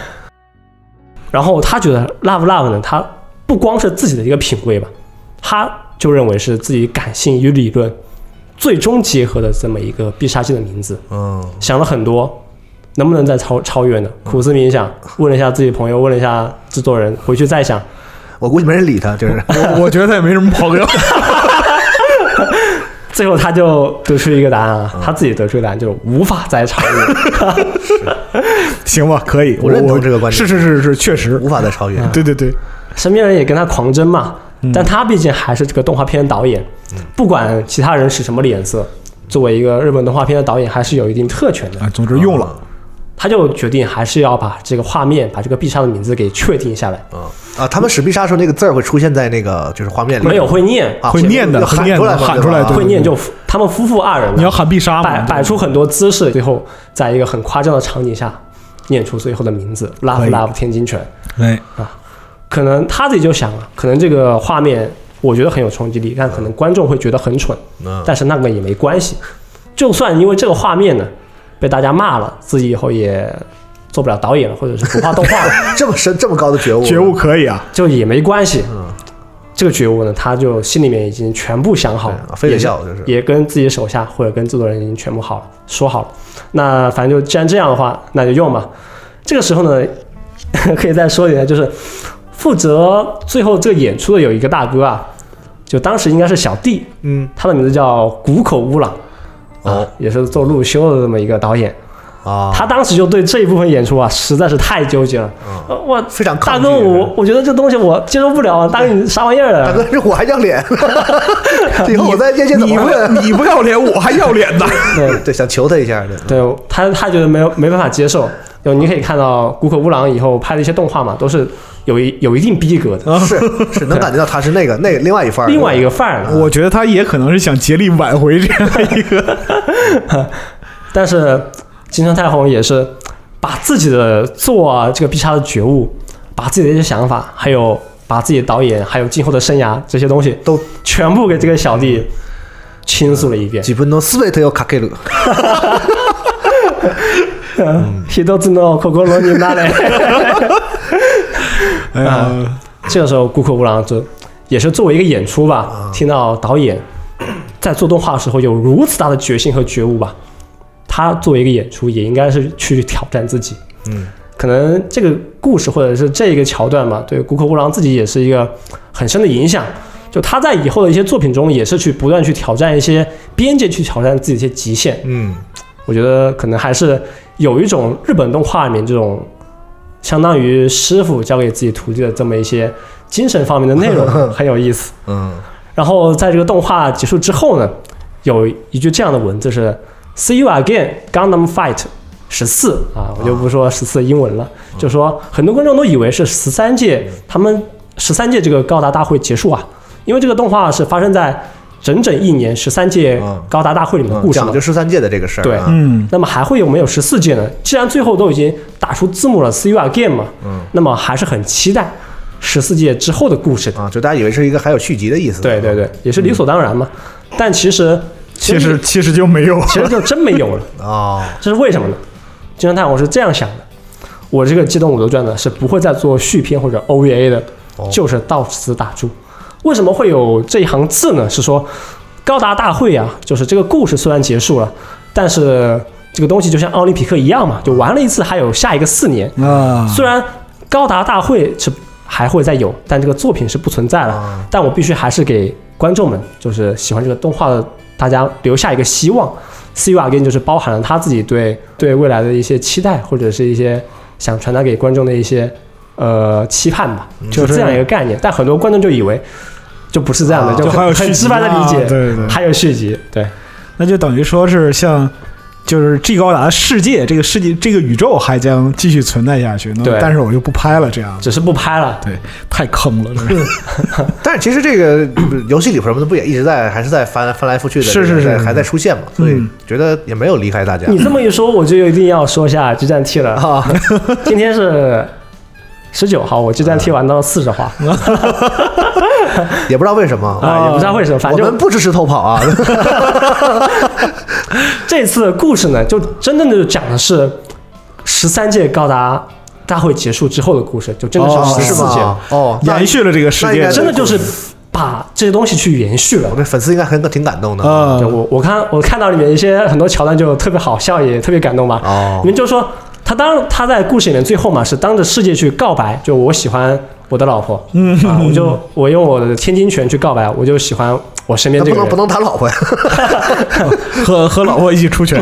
Speaker 3: 然后他觉得 love love 呢，他不光是自己的一个品味吧，他就认为是自己感性与理论最终结合的这么一个必杀技的名字。
Speaker 1: 嗯，
Speaker 3: 想了很多，能不能再超超越呢？苦思冥想，问了一下自己朋友，问了一下制作人，回去再想，
Speaker 1: 我估计没人理他， 就是
Speaker 2: 我我觉得他也没什么 朋友。
Speaker 3: 最后他就得出一个答案啊，他自己得出一个答案就是无法再超越。
Speaker 2: 行吧，可以，
Speaker 1: 我认同这个观点
Speaker 2: 是是是是，确实，
Speaker 1: 无法再超越。
Speaker 2: 对对对，
Speaker 3: 身边人也跟他狂争嘛，但他毕竟还是这个动画片的导演，不管其他人是什么脸色，作为一个日本动画片的导演，还是有一定特权的。
Speaker 2: 啊，总之用了。
Speaker 3: 他就决定还是要把这个画面，把这个必杀的名字给确定下来。
Speaker 1: 嗯啊，他们使必杀的时候，那个字儿会出现在那个就是画面里。
Speaker 3: 没有会念，
Speaker 1: 啊，嗯
Speaker 2: 会念的
Speaker 1: 就
Speaker 2: 会
Speaker 1: 喊
Speaker 2: 念
Speaker 1: 出
Speaker 2: 的
Speaker 1: 来嘛，
Speaker 2: 喊
Speaker 1: 对
Speaker 2: 出来
Speaker 1: 吧
Speaker 2: 对
Speaker 3: 会念就他们夫妇二人
Speaker 2: 你要
Speaker 3: 嘛，
Speaker 2: 喊必杀
Speaker 3: 摆
Speaker 2: 嘛？
Speaker 3: 摆出很多姿势，最后在一个很夸张的场景下念出最后的名字
Speaker 2: 可
Speaker 3: ，love
Speaker 2: 以
Speaker 3: love 天津犬。
Speaker 2: 哎，
Speaker 3: 可能他自己就想了，可能这个画面我觉得很有冲击力，但可能观众会觉得很蠢，
Speaker 1: 嗯，
Speaker 3: 但是那个也没关系。就算因为这个画面呢被大家骂了，自己以后也做不了导演了，或者是不画动画了。
Speaker 1: 这么深这么高的觉悟，
Speaker 2: 觉悟可以啊，
Speaker 3: 就也没关系。
Speaker 1: 嗯
Speaker 3: 这个觉悟呢，他就心里面已经全部想好了
Speaker 1: 对，非得要就是
Speaker 3: 也跟自己手下或者跟制作人已经全部好了说好了。那反正就既然这样的话，那就用吧。这个时候呢， 可以再说一下，就是负责最后这个演出的有一个大哥啊，就当时应该是小弟，
Speaker 1: 嗯，
Speaker 3: 他的名字叫谷口乌朗，啊
Speaker 1: 哦
Speaker 3: 也是做路修的这么一个导演。
Speaker 1: 啊，
Speaker 3: 他当时就对这一部分演出啊，实在是太纠结了。
Speaker 1: 哦
Speaker 3: 呃我
Speaker 1: 非常
Speaker 3: 大
Speaker 1: 抗
Speaker 3: 哥，
Speaker 1: 拒
Speaker 3: 我我觉得这东西我接受不了，啊大哥你啥玩意儿
Speaker 1: 大
Speaker 3: 啊？
Speaker 1: 哥，这我还要 脸，以后我在夜间怎
Speaker 2: 你
Speaker 1: 么
Speaker 2: 不
Speaker 1: 问？
Speaker 2: 你不要脸，我还要脸 呢。
Speaker 3: 对
Speaker 1: 对，想求他一下，对，
Speaker 3: 对，他他觉得没有没办法接受。就你可以看到谷口乌郎以后拍的一些动画嘛，都是有一有一定逼格的，
Speaker 1: 是是能感觉到他是那个那个另外一番儿，
Speaker 3: 另外一个范儿了。
Speaker 2: 我觉得他也可能是想竭力挽回这样一个，
Speaker 3: 但是金川太宏也是把自己的做啊这个必杀的觉悟，把自己的一些想法，还有把自己的导演，还有今后的生涯这些东西，
Speaker 1: 都
Speaker 3: 全部给这个小弟倾诉了一遍。
Speaker 1: 几分钟斯维特要卡给鲁，嗯
Speaker 3: 提到自诺可可罗尼那嘞。
Speaker 2: 哎呀，
Speaker 3: 这个时候，谷口吾郎就也是作为一个演出吧，听到导演 在做动画的时候有如此大的决心和觉悟吧。他作为一个演出，也应该是去挑战自己。
Speaker 1: 嗯，
Speaker 3: 可能这个故事或者是这一个桥段吧，对谷口吾郎自己也是一个很深的影响。就他在以后的一些作品中，也是去不断去挑战一些边界，去挑战自己的一些极限。
Speaker 1: 嗯，
Speaker 3: 我觉得可能还是有一种日本动画里面这种相当于师傅教给自己徒弟的这么一些精神方面的内容，很有 意思。
Speaker 1: 嗯，
Speaker 3: 然后在这个动画结束之后呢，有一句这样的文字是 “See you again, Gundam Fight 十四”啊，我就不说十四英文了，就说很多观众都以为是十三届他们十三届这个高达大会结束啊，因为这个动画是发生在整整一年十三届
Speaker 1: 嗯
Speaker 3: 高达大会里面的故事嘛
Speaker 1: 讲究十三届的这个事儿、啊，
Speaker 3: 对
Speaker 2: 嗯，
Speaker 3: 那么还会有没有十四届呢？既然最后都已经打出字幕了 “See you again” 嘛，
Speaker 1: 嗯，
Speaker 3: 那么还是很期待十四届之后的故事的。
Speaker 1: 啊，就大家以为是一个还有续集的意思，
Speaker 3: 对对对，也是理所当然嘛。但其实
Speaker 2: 其实其实就没有，
Speaker 3: 其实就真没有了，
Speaker 1: 哦，
Speaker 3: 这是为什么呢？金圣叹我是这样想的，我这个《机动武斗传》呢是不会再做续篇或者 OVA 的，
Speaker 1: 哦
Speaker 3: 就是到此打住。为什么会有这一行字呢？是说高达大会啊，就是这个故事虽然结束了，但是这个东西就像奥林匹克一样嘛，就玩了一次还有下一个四年。
Speaker 2: 啊，
Speaker 3: 虽然高达大会是还会再有，但这个作品是不存在了。
Speaker 1: 啊
Speaker 3: 但我必须还是给观众们，就是喜欢这个动画的大家留下一个希望。See you again 就是包含了他自己对对未来的一些期待，或者是一些想传达给观众的一些呃期盼吧，
Speaker 2: 嗯
Speaker 3: 就是这样一个概念。但很多观众就以为就不是这样的，
Speaker 1: 啊
Speaker 2: 就
Speaker 3: 很
Speaker 2: 还有续
Speaker 3: 很
Speaker 2: 集
Speaker 3: 直白的
Speaker 2: 啊
Speaker 3: 理解，
Speaker 2: 对对，
Speaker 3: 还有续集，对
Speaker 2: 那就等于说是像。就是 G 高达世界这个世界这个宇宙还将继续存在下去，那
Speaker 3: 对
Speaker 2: 但是我就不拍了，这样
Speaker 3: 只是不拍了。
Speaker 2: 对，太坑了，这是
Speaker 1: 但是其实这个 呃游戏里头什么的不也一直在还是在翻翻来覆去的，
Speaker 2: 是是是
Speaker 1: 在还在出现嘛，所以
Speaker 2: 嗯
Speaker 1: 觉得也没有离开大家
Speaker 3: 你这么一说，我就一定要说一下激战 T 了。
Speaker 1: 啊，
Speaker 3: 今天是十九号，我激
Speaker 1: 嗯
Speaker 3: 战 T 玩到四十话
Speaker 1: 也不知道为什么。
Speaker 3: 啊，也不知道为什么，反
Speaker 1: 我
Speaker 3: 正
Speaker 1: 们不支持偷跑 啊！
Speaker 3: 这次的故事呢，就真正的讲的是十三届高达大会结束之后的故事，就真的
Speaker 2: 哦
Speaker 3: 是十
Speaker 1: 是
Speaker 3: 四届，
Speaker 1: 吗？哎哦，那
Speaker 2: 延续了这个世
Speaker 1: 那应
Speaker 2: 界
Speaker 1: 该
Speaker 2: 的，
Speaker 3: 真的就是把这些东西去延续了
Speaker 1: 我。们粉丝应该很挺感动的。
Speaker 2: 啊
Speaker 3: 对，我我看我看到里面一些很多桥段就特别好笑，也特别感动吧。
Speaker 1: 哦
Speaker 3: 你，们就说他当他在故事里面最后嘛是当着世界去告白，就我喜欢我的老婆，嗯啊，我就我用我的天津拳去告白，我就喜欢我身边
Speaker 1: 那
Speaker 3: 这
Speaker 1: 不
Speaker 3: 个
Speaker 1: 能不。
Speaker 3: 人
Speaker 1: 能打老 婆呀！
Speaker 2: 和和老婆一起出拳，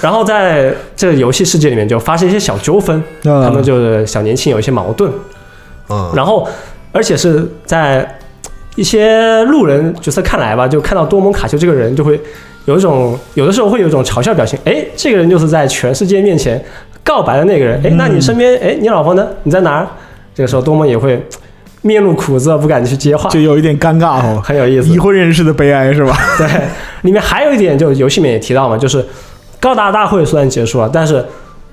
Speaker 3: 然后在这个游戏世界里面就发生一些小纠纷，
Speaker 2: 嗯
Speaker 3: 他们就是小年轻有一些矛盾，
Speaker 1: 嗯，
Speaker 3: 然后而且是在一些路人角色看来吧，就看到多蒙卡丘这个人就会有一种有的时候会有一种嘲笑表情，哎，这个人就是在全世界面前告白的那个人，
Speaker 2: 嗯
Speaker 3: 哎，那你身边哎你老婆呢？你在哪儿？这个时候多蒙也会面露苦涩，不敢去接话
Speaker 2: 就，有一点尴尬哦，
Speaker 3: 很有意思
Speaker 2: 已。婚人士的悲哀是吧？
Speaker 3: 对，里面还有一点，就游戏里面也提到嘛，就是高达大会虽然结束了，但是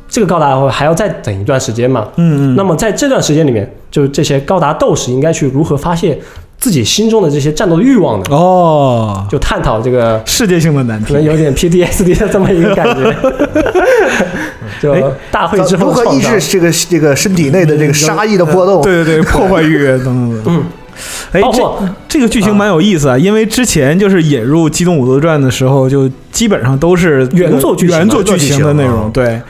Speaker 3: 这个高达大会还要再等一段时间嘛。
Speaker 2: 嗯嗯，
Speaker 3: 那么在这段时间里面，就是这些高达斗士应该去如何发泄自己心中的这些战斗的欲望呢？
Speaker 2: 哦，
Speaker 3: 就探讨这个
Speaker 2: 世界性的难
Speaker 3: 可
Speaker 2: 题
Speaker 3: 能，有点 PDSD 的这么一个感觉。 就大会之
Speaker 1: 哎如
Speaker 3: 后的
Speaker 1: 何抑
Speaker 3: 创造
Speaker 1: 制这个这个身体内的这个杀意的波动？
Speaker 2: 嗯对对对，破坏欲等等等。
Speaker 3: 嗯，
Speaker 2: 哎，
Speaker 3: 包
Speaker 2: 这
Speaker 3: 括
Speaker 2: 这个剧情蛮有意思啊，因为之前就是引入《机动武斗传》的时候，就基本上都是
Speaker 3: 原作剧情
Speaker 2: 原作剧情的内
Speaker 1: 原作
Speaker 2: 容。
Speaker 1: 剧情
Speaker 2: 对，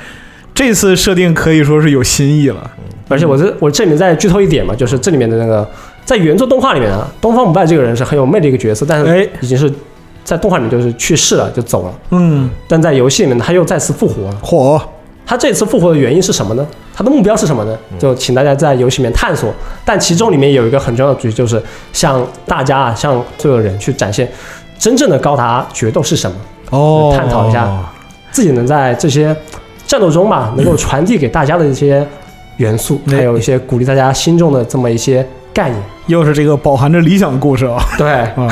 Speaker 2: 这次设定可以说是有新意了。
Speaker 3: 而且我这我这里面再剧透一点嘛，就是这里面的那个在原作动画里面啊，东方不败这个人是很有魅力的一个角色，但
Speaker 2: 哎
Speaker 3: 是已经是在动画里面就是去世了，就走了。
Speaker 2: 嗯，
Speaker 3: 但在游戏里面他又再次复活了。
Speaker 2: 火
Speaker 3: 他这次复活的原因是什么呢？他的目标是什么呢？就请大家在游戏里面探索。但其中里面有一个很重要的主题，就是向大家啊，向所有人去展现真正的高达决斗是什么，
Speaker 2: 哦，
Speaker 3: 探讨一下自己能在这些战斗中吧，能够传递给大家的一些元素，
Speaker 2: 哎
Speaker 3: 还有一些鼓励大家心中的这么一些概念。
Speaker 2: 又是这个饱含着理想的故事啊。
Speaker 3: 对，
Speaker 2: 啊，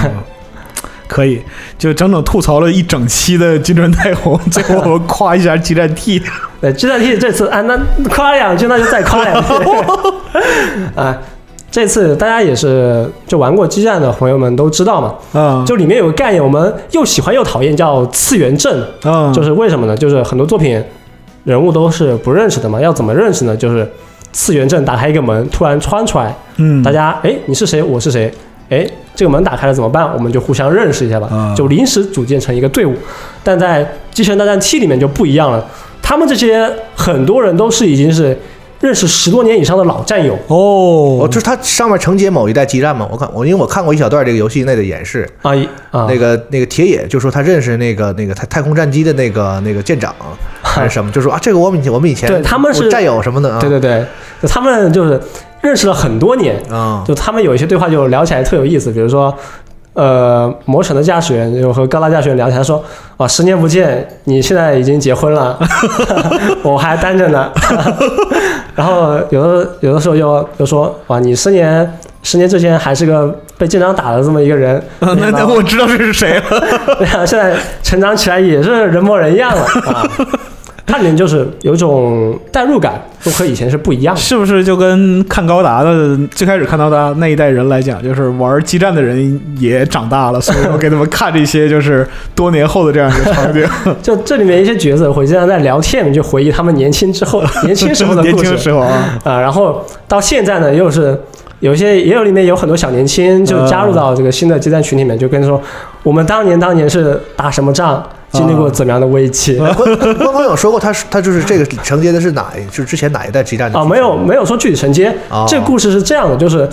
Speaker 2: 可以，就整整吐槽了一整期的金砖太红，最后我们夸一下激战 T，
Speaker 3: 对，鸡蛋 T 这次啊，那夸两句，那就再夸两句啊。这次大家也是就玩过激战的朋友们都知道嘛，
Speaker 2: 嗯，
Speaker 3: 就里面有个概念，我们又喜欢又讨厌，叫次元阵，
Speaker 2: 嗯，
Speaker 3: 就是为什么呢？就是很多作品人物都是不认识的嘛，要怎么认识呢？就是次元阵打开一个门，突然穿出来，
Speaker 2: 嗯，
Speaker 3: 大家哎，你是谁？我是谁？哎，这个门打开了怎么办？我们就互相认识一下吧，
Speaker 2: 嗯
Speaker 3: 就临时组建成一个队伍。但在《机器人大战 T》里面就不一样了，他们这些很多人都是已经是认识十多年以上的老战友，
Speaker 1: 我
Speaker 2: 哦，
Speaker 1: 就是它上面承接某一代激战嘛，我看我因为我看过一小段这个游戏内的演示，
Speaker 3: 啊一啊，
Speaker 1: 那个那个铁野就说他认识那个那个太太空战机的那个那个舰长还是什么，就说啊这个我们以前我们以前
Speaker 3: 对他们是
Speaker 1: 我战友什么的啊，
Speaker 3: 对对对，就他们就是认识了很多年，
Speaker 1: 啊
Speaker 3: 就他们有一些对话就聊起来特有意思，比如说。呃，魔城的驾驶员就和高达驾驶员聊起来说：“啊，十年不见，你现在已经结婚了， 我还单着呢。” 然后有的有的时候又又说：“哇，你十年十年之前还是个被舰长打的这么一个人，
Speaker 2: 啊 那那我知道这是谁了。
Speaker 3: 对啊，现在成长起来也是人模人样了 啊。”它里面就是有一种代入感，就和以前是不一 样的。
Speaker 2: 是不是就跟看高达的最开始看高达那一代人来讲，就是玩激战的人也长大了，所以我给他们看这些就是多年后的这样一个场 景，
Speaker 3: 就这里面一些角色，我经常在聊天，就回忆他们年轻 之后、年轻时候的
Speaker 2: 年
Speaker 3: 故
Speaker 2: 轻
Speaker 3: 事
Speaker 2: 时候啊，
Speaker 3: 啊、然后到现在呢，又是有一些也有里面有很多小年轻就加入到这个新的激战群里面，就跟说我们当年当年是打什么仗，经历过怎么样的危机啊、
Speaker 1: 官官方有说过他是他就是这个承接的是哪一就是之前哪一代激战的
Speaker 3: 啊没有没有说具体承接，
Speaker 1: 哦
Speaker 3: 这个故事是这样的，就是。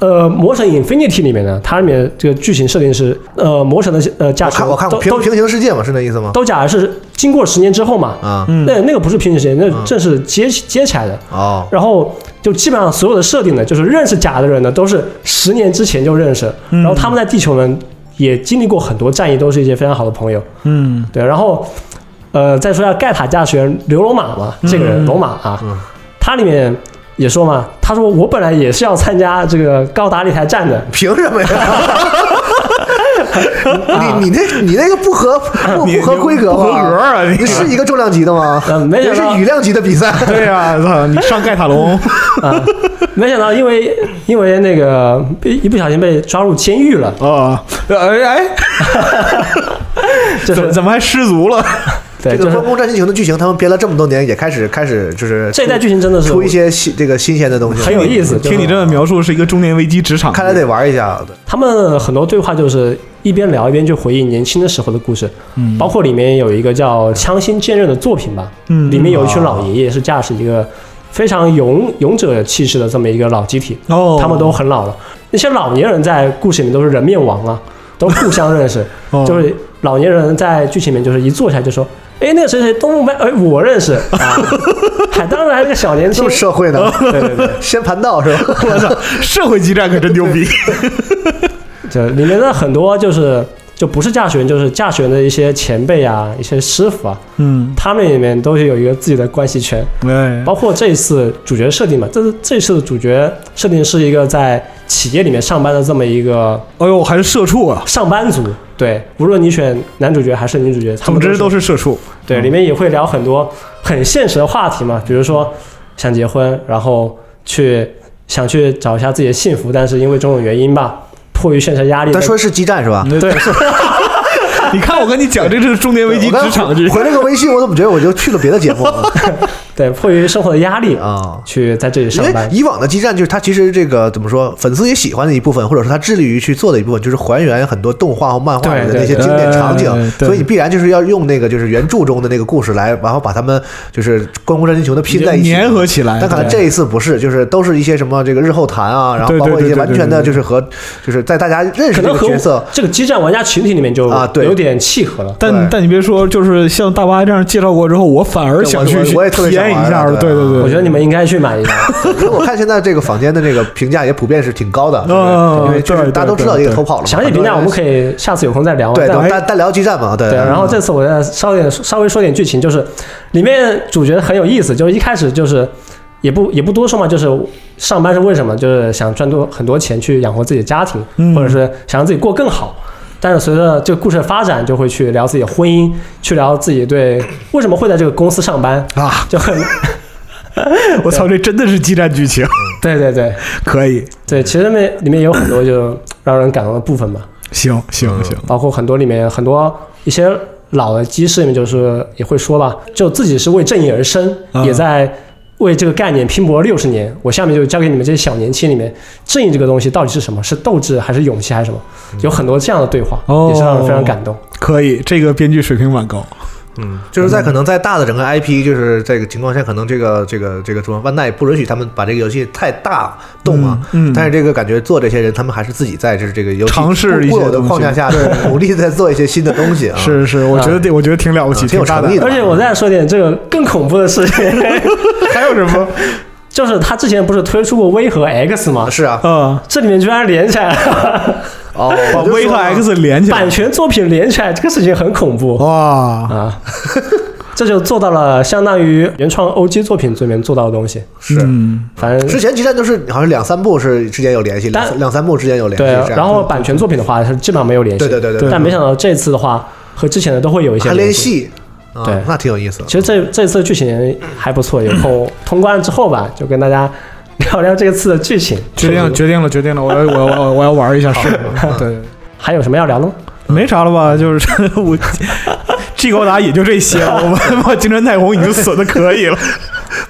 Speaker 3: 呃，魔神 Infinity 里面呢，它里面这个剧情设定是，呃，魔神的呃驾
Speaker 1: 我
Speaker 3: 驶
Speaker 1: 看我看
Speaker 3: 都
Speaker 1: 过平
Speaker 3: 都
Speaker 1: 平行世界嘛是那意思吗？
Speaker 3: 都假的是经过十年之后嘛，
Speaker 1: 啊
Speaker 2: 嗯
Speaker 3: 那那个不是平行世界，那
Speaker 1: 嗯
Speaker 3: 正是接接起来的。
Speaker 1: 哦
Speaker 3: 然后就基本上所有的设定呢，就是认识甲的人呢，都是十年之前就认识，
Speaker 2: 嗯
Speaker 3: 然后他们在地球呢也经历过很多战役，都是一些非常好的朋友。
Speaker 2: 嗯，
Speaker 3: 对，然后呃，再说一下盖塔驾驶员刘龙马嘛，这个人
Speaker 2: 嗯
Speaker 3: 龙马啊
Speaker 1: 嗯，
Speaker 3: 他里面也说嘛，他说我本来也是要参加这个高达擂台战的，
Speaker 1: 凭什么呀？
Speaker 3: 啊
Speaker 1: 你你那你那个不合不
Speaker 2: 你
Speaker 1: 不合规格
Speaker 2: 不合格
Speaker 1: 吧？
Speaker 2: 啊，你
Speaker 1: 你是一个重量级的吗？
Speaker 3: 呃，没
Speaker 1: 这
Speaker 3: 想
Speaker 1: 是
Speaker 3: 到
Speaker 1: 羽量级的比赛。
Speaker 2: 对呀，操你上盖塔 龙，
Speaker 3: 啊，没想到因为因为那个被一不小心被抓入监狱了，
Speaker 2: 哦，哎哎，
Speaker 3: 就
Speaker 2: 怎么
Speaker 3: 是
Speaker 2: 怎么还失足了？
Speaker 3: 对，
Speaker 1: 这
Speaker 3: 就
Speaker 1: 个《
Speaker 3: 是
Speaker 1: 关公战秦琼》的剧情，他们编了这么多年，也开始开始就是
Speaker 3: 这一代剧情真的是
Speaker 1: 出一些新这个新鲜的东西，嗯
Speaker 3: 很有意思。就是嗯
Speaker 2: 听你这么描述，是一个中年危机职场，
Speaker 1: 看来得玩一下。
Speaker 3: 他们很多对话就是一边聊一边就回忆年轻的时候的故事，
Speaker 2: 嗯
Speaker 3: 包括里面有一个叫《枪心剑刃》的作品吧，
Speaker 2: 嗯
Speaker 3: 里面有一群老爷爷是驾驶一个非常勇勇者气势的这么一个老机体，
Speaker 2: 哦，
Speaker 3: 他们都很老了。那些老年人在故事里面都是人面王啊，都互相认识，
Speaker 2: 哦
Speaker 3: 就是老年人在剧情里面就是一坐下就说。哎，那个谁谁东木麦，哎，我认识啊， 还当然还是个小年
Speaker 1: 这
Speaker 3: 轻
Speaker 1: 么，社会呢？
Speaker 3: 对对对，
Speaker 1: 先盘道是 吧？
Speaker 2: 我操，社会激战可真牛逼，
Speaker 3: 这里面的很多就是就不是驾驶员，就是驾驶员的一些前辈啊，一些师傅啊，
Speaker 2: 嗯，
Speaker 3: 他们里面都是有一个自己的关系圈，
Speaker 2: 哎，
Speaker 3: 包括这一次主角设定嘛，这是这次的主角设定是一个在企业里面上班的这么一个
Speaker 2: 哎呦，还是社畜啊，
Speaker 3: 上班族，对，无论你选男主角还是女主角，他
Speaker 2: 总
Speaker 3: 们
Speaker 2: 之
Speaker 3: 都
Speaker 2: 都
Speaker 3: 是
Speaker 2: 是社畜，嗯
Speaker 3: 对，里面也会聊很多很现实的话题嘛，比如说想结婚，然后去想去找一下自己的幸福，但是因为种种原因吧，迫于现实压力，
Speaker 1: 咱说是激战是吧？
Speaker 2: 对， 你看我跟你讲，这是中年危机职场剧
Speaker 1: 我刚。回了个微信，我怎么觉得我就去了别的节目 了
Speaker 3: 对，迫于生活的压力啊，
Speaker 1: 啊？
Speaker 3: 去在这里
Speaker 1: 因
Speaker 3: 上
Speaker 1: 为
Speaker 3: 班。
Speaker 1: 以往的激战就是它其实这个怎么说，粉丝也喜欢的一部分，或者说他致力于去做的一部分，就是还原很多动画和漫画里的
Speaker 3: 对对
Speaker 1: 那些经典场景
Speaker 2: 对对，对
Speaker 1: 所以你必然就是要用那个就是原著中的那个故事来，然后把他们就是《关公战秦琼》的拼在一起，
Speaker 2: 粘合起来，
Speaker 1: 但可能这一次不是，就是都是一些什么这个日后谈啊，然后
Speaker 2: 哎对对
Speaker 1: 包括一
Speaker 2: 对
Speaker 1: 些
Speaker 2: 对
Speaker 1: 完
Speaker 2: 对
Speaker 1: 全的，
Speaker 2: 对
Speaker 1: 就是和就是在大家认识这
Speaker 3: 可能
Speaker 1: 个
Speaker 3: 和
Speaker 1: 角色，
Speaker 3: 这个激战玩家群体里面就
Speaker 1: 啊对
Speaker 3: 有点契合了。
Speaker 2: 但
Speaker 1: 对
Speaker 2: 但你别说，就是像大巴这样介绍过之后，我反而想去
Speaker 1: 对我我我也特别
Speaker 2: 体验一下
Speaker 1: 想玩啊
Speaker 2: 了。
Speaker 1: 的
Speaker 2: 对对对，
Speaker 3: 我觉得你们应该 去买一下。
Speaker 1: 因为我看现在这个坊间的这个评价也普遍是挺高的，
Speaker 2: 嗯
Speaker 1: 就是因为
Speaker 2: 对
Speaker 1: 就是
Speaker 2: 对
Speaker 1: 大家都知道
Speaker 2: 对
Speaker 1: 这个
Speaker 2: 对
Speaker 1: 偷跑了嘛，
Speaker 3: 详细评价我们可以下次有空再聊啊。
Speaker 1: 对
Speaker 3: 但
Speaker 1: 对单单聊激战嘛，对
Speaker 3: 对，然后这次我再稍微稍微说点剧情，就是里面主角很有意思，就是一开始就是也不也不多说嘛，就是上班是为什么？就是想赚多很多钱去养活自己的家庭，
Speaker 2: 嗯
Speaker 3: 或者是想让自己过更好。但是随着这个故事的发展，就会去聊自己的婚姻，去聊自己对为什么会在这个公司上班，
Speaker 2: 啊，
Speaker 3: 就很
Speaker 2: 我操，这真的是激战剧情，
Speaker 3: 对对对，
Speaker 2: 可以，
Speaker 3: 对，其实里面里面有很多就 让人感动的部分嘛，
Speaker 2: 行行行，
Speaker 3: 包括很多里面很多一些老的机师里面就是也会说吧，就自己是为正义而生，
Speaker 2: 嗯
Speaker 3: 也在为这个概念拼搏了六十年。我下面就交给你们这些小年轻里面，正义这个东西到底是什么？是斗志还是勇气还是什么？有很多这样的对话，
Speaker 2: 嗯哦
Speaker 3: 也是让人非常感动。
Speaker 2: 可以，这个编剧水平蛮高。
Speaker 1: 嗯，就是在可能在大的整个 IP 就是这个情况下，可能这个这个这个什么万代不允许他们把这个游戏太大动啊。
Speaker 2: 嗯嗯
Speaker 1: 但是这个感觉做这些人，他们还是自己在这这个游戏
Speaker 2: 尝试一些
Speaker 1: 固有的
Speaker 2: 东西
Speaker 1: 框架下，努力在做一些新的东西啊。
Speaker 2: 是是，我觉得得我觉得挺了不
Speaker 1: 嗯
Speaker 2: 起，
Speaker 1: 挺有
Speaker 2: 大
Speaker 1: 诚意的。
Speaker 2: 胆
Speaker 3: 而且我再说点这个更恐怖的事情，
Speaker 2: 还有什么？
Speaker 3: 就是他之前不是推出过 V 和 X 吗？
Speaker 1: 是 啊，
Speaker 2: 嗯，
Speaker 3: 这里面居然连起来 了，
Speaker 1: 哦，
Speaker 2: 把
Speaker 1: 我就
Speaker 2: V
Speaker 1: 说
Speaker 2: 和
Speaker 1: 嘛
Speaker 2: X 连起来
Speaker 3: 版，权作品连起来，这个事情很恐怖
Speaker 2: 哇，
Speaker 3: 啊！ 这就做到了相当于原创 OG 作品里面做到的东西，
Speaker 1: 是。
Speaker 2: 嗯
Speaker 3: 反正
Speaker 1: 之前激战都是好像两三部是之间有联系，
Speaker 3: 但
Speaker 1: 两两三部之间有联系
Speaker 3: 对，
Speaker 1: 这样，
Speaker 3: 然后版权作品的话是基本上没有联系，
Speaker 1: 对对对对
Speaker 2: 对
Speaker 3: 但没想到这次的话和之前的都会有一些
Speaker 1: 还联
Speaker 3: 系。
Speaker 1: 系，啊
Speaker 3: 对
Speaker 1: 那挺有意思的。
Speaker 3: 其实这这次的剧情还不错，有空通关之后吧，就跟大家聊聊这次的剧情。
Speaker 2: 决定决定了，决定了，我要我要我要我要玩一下试试。 对，
Speaker 3: 还有什么要聊的吗？
Speaker 2: 没啥了吧？就是 我 G 高达也就这些，我们把金川太宏已经损的可以了。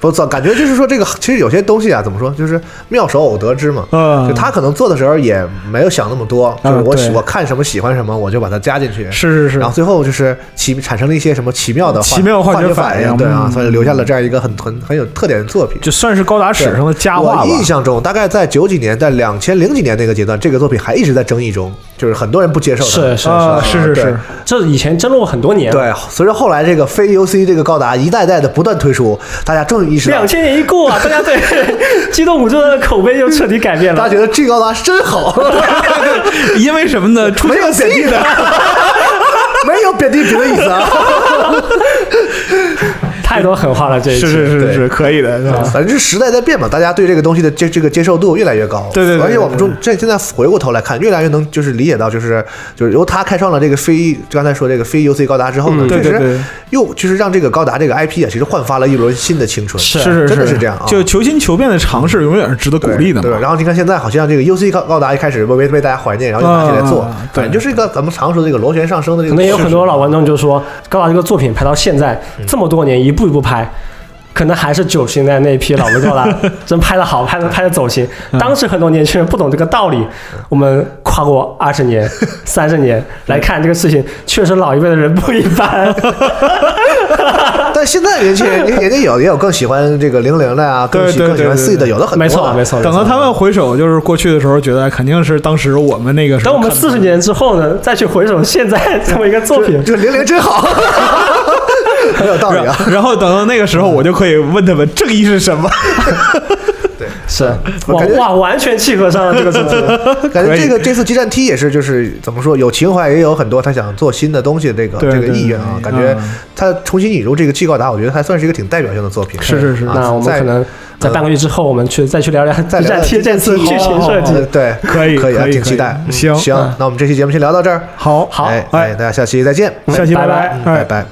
Speaker 1: 不错，感觉就是说这个其实有些东西啊，怎么说，就是妙手偶得之嘛。
Speaker 2: 嗯
Speaker 1: 就他可能做的时候也没有想那么多，就是
Speaker 2: 嗯
Speaker 1: 我喜
Speaker 2: 对
Speaker 1: 我看什么喜欢什么，我就把它加进去。
Speaker 2: 是是
Speaker 1: 然
Speaker 2: 是
Speaker 1: 后，最后就是奇产生了一些什么奇妙的
Speaker 2: 奇妙化
Speaker 1: 化
Speaker 2: 学
Speaker 1: 学
Speaker 2: 反
Speaker 1: 反
Speaker 2: 应
Speaker 1: 对啊，
Speaker 2: 嗯
Speaker 1: 所以留下了这样一个很很很有特点的作品。
Speaker 2: 就算是高达史上的佳话吧
Speaker 1: 我。印象中，大概在九几年，在两千零几年那个阶段，这个作品还一直在争议中，就是很多人不接受它。
Speaker 3: 是是
Speaker 2: 啊，
Speaker 3: 是，
Speaker 2: 是是是，
Speaker 3: 哦这以前争论过很多年，，
Speaker 1: 对，随着后来这个非 UC 这个高达一代代的不断推出，大家终于意识到
Speaker 3: 两，千年一过啊，大家对 机动武斗的口碑就彻底改变
Speaker 1: 大家
Speaker 3: 了。
Speaker 1: 觉得这个高达是真好，
Speaker 2: 因为什么呢？出
Speaker 1: 没
Speaker 2: 现
Speaker 1: 有
Speaker 2: 了
Speaker 1: 贬低的，没有贬低别的意思啊。
Speaker 3: 太多狠话了，这一期
Speaker 2: 是是是
Speaker 1: 对
Speaker 2: 是可以的，是啊吧？
Speaker 1: 反正是时代在变嘛，大家对这个东西的接这个接受度越来越高。
Speaker 2: 对对对
Speaker 1: 而且我们中这现在回过头来看，越来越能就是理解到，就是就是由他开创了这个非刚才说这个非 UC 高达之后呢，
Speaker 2: 嗯对
Speaker 1: 确
Speaker 2: 对对
Speaker 1: 实又就是让这个高达这个 IP 啊，其实焕发了一轮新的青春。
Speaker 3: 是
Speaker 2: 是
Speaker 1: 真
Speaker 2: 是
Speaker 1: 的是这样啊
Speaker 2: 就求新求变的尝试永远是值得鼓
Speaker 1: 对
Speaker 2: 励的
Speaker 1: 对
Speaker 2: 嘛。
Speaker 1: 然后你看现在好像这个 UC 高高达一开始被被大家怀念，然后就拿起来做
Speaker 2: 啊，
Speaker 1: 反正就是一个咱们常说这个螺旋上升的这个。
Speaker 3: 可能也有很多老观众就说，高达这个作品拍到现在
Speaker 1: 嗯
Speaker 3: 这么多年，一步一步拍。可能还是九十年代那一批老的 高达真拍得好，拍得拍得走心。
Speaker 1: 嗯
Speaker 3: 当时很多年轻人不懂这个道理，我们跨过二十 年、三十年
Speaker 1: 嗯
Speaker 3: 来看这个事情，确实老一辈的人不一 般。
Speaker 1: 但现在年轻 人人人家有也有更喜欢这个零零的啊，更喜
Speaker 2: 对对
Speaker 1: 更喜欢
Speaker 2: 对对
Speaker 1: C 的，有的很多啊。
Speaker 3: 没错，没错。
Speaker 2: 等到
Speaker 3: 没错
Speaker 2: 他们回首，就是过去的时候，觉得肯定是当时我们那个时候
Speaker 3: 等我们
Speaker 2: 看
Speaker 3: 四十年之后呢，再去回首现在这么一个作品，
Speaker 1: 这个零零真好， 很有道理啊。
Speaker 2: 然后等到那个时候，我就可以问他们正义是什么。
Speaker 3: 是
Speaker 1: 我
Speaker 3: 哇
Speaker 1: 感觉
Speaker 3: 哇，完全契合上了这个主 题。
Speaker 1: 感
Speaker 2: 可
Speaker 1: 觉
Speaker 2: 以
Speaker 1: 这个这次激战 T 也是，就是怎么说，有情怀，也有很多他想做新的东西的这个
Speaker 2: 对
Speaker 1: 这个
Speaker 2: 对
Speaker 1: 意愿啊。
Speaker 2: 对
Speaker 1: 感觉
Speaker 2: 嗯
Speaker 1: 他重新引入这个季高达，我觉得还算是一个挺代表性的作品。
Speaker 2: 是是是
Speaker 1: 啊
Speaker 3: 那我们
Speaker 1: 在呃
Speaker 3: 可能在半个月之后，我们去再去聊聊
Speaker 1: 再
Speaker 3: 《
Speaker 1: 聊
Speaker 3: 战
Speaker 1: 聊
Speaker 3: 贴》这次剧情设计
Speaker 1: 呃。对，
Speaker 2: 可以
Speaker 1: 可以啊，
Speaker 2: 可以
Speaker 1: 挺
Speaker 2: 可以
Speaker 1: 期待。嗯
Speaker 2: 行
Speaker 1: 行
Speaker 2: 嗯，
Speaker 1: 那我们这期节目先聊到这儿。
Speaker 2: 好
Speaker 3: 好
Speaker 1: 哎
Speaker 2: 哎
Speaker 1: 哎，大家下期再见，
Speaker 2: 下期
Speaker 3: 拜
Speaker 2: 拜
Speaker 3: 拜
Speaker 1: 嗯
Speaker 2: 哎
Speaker 1: 拜拜。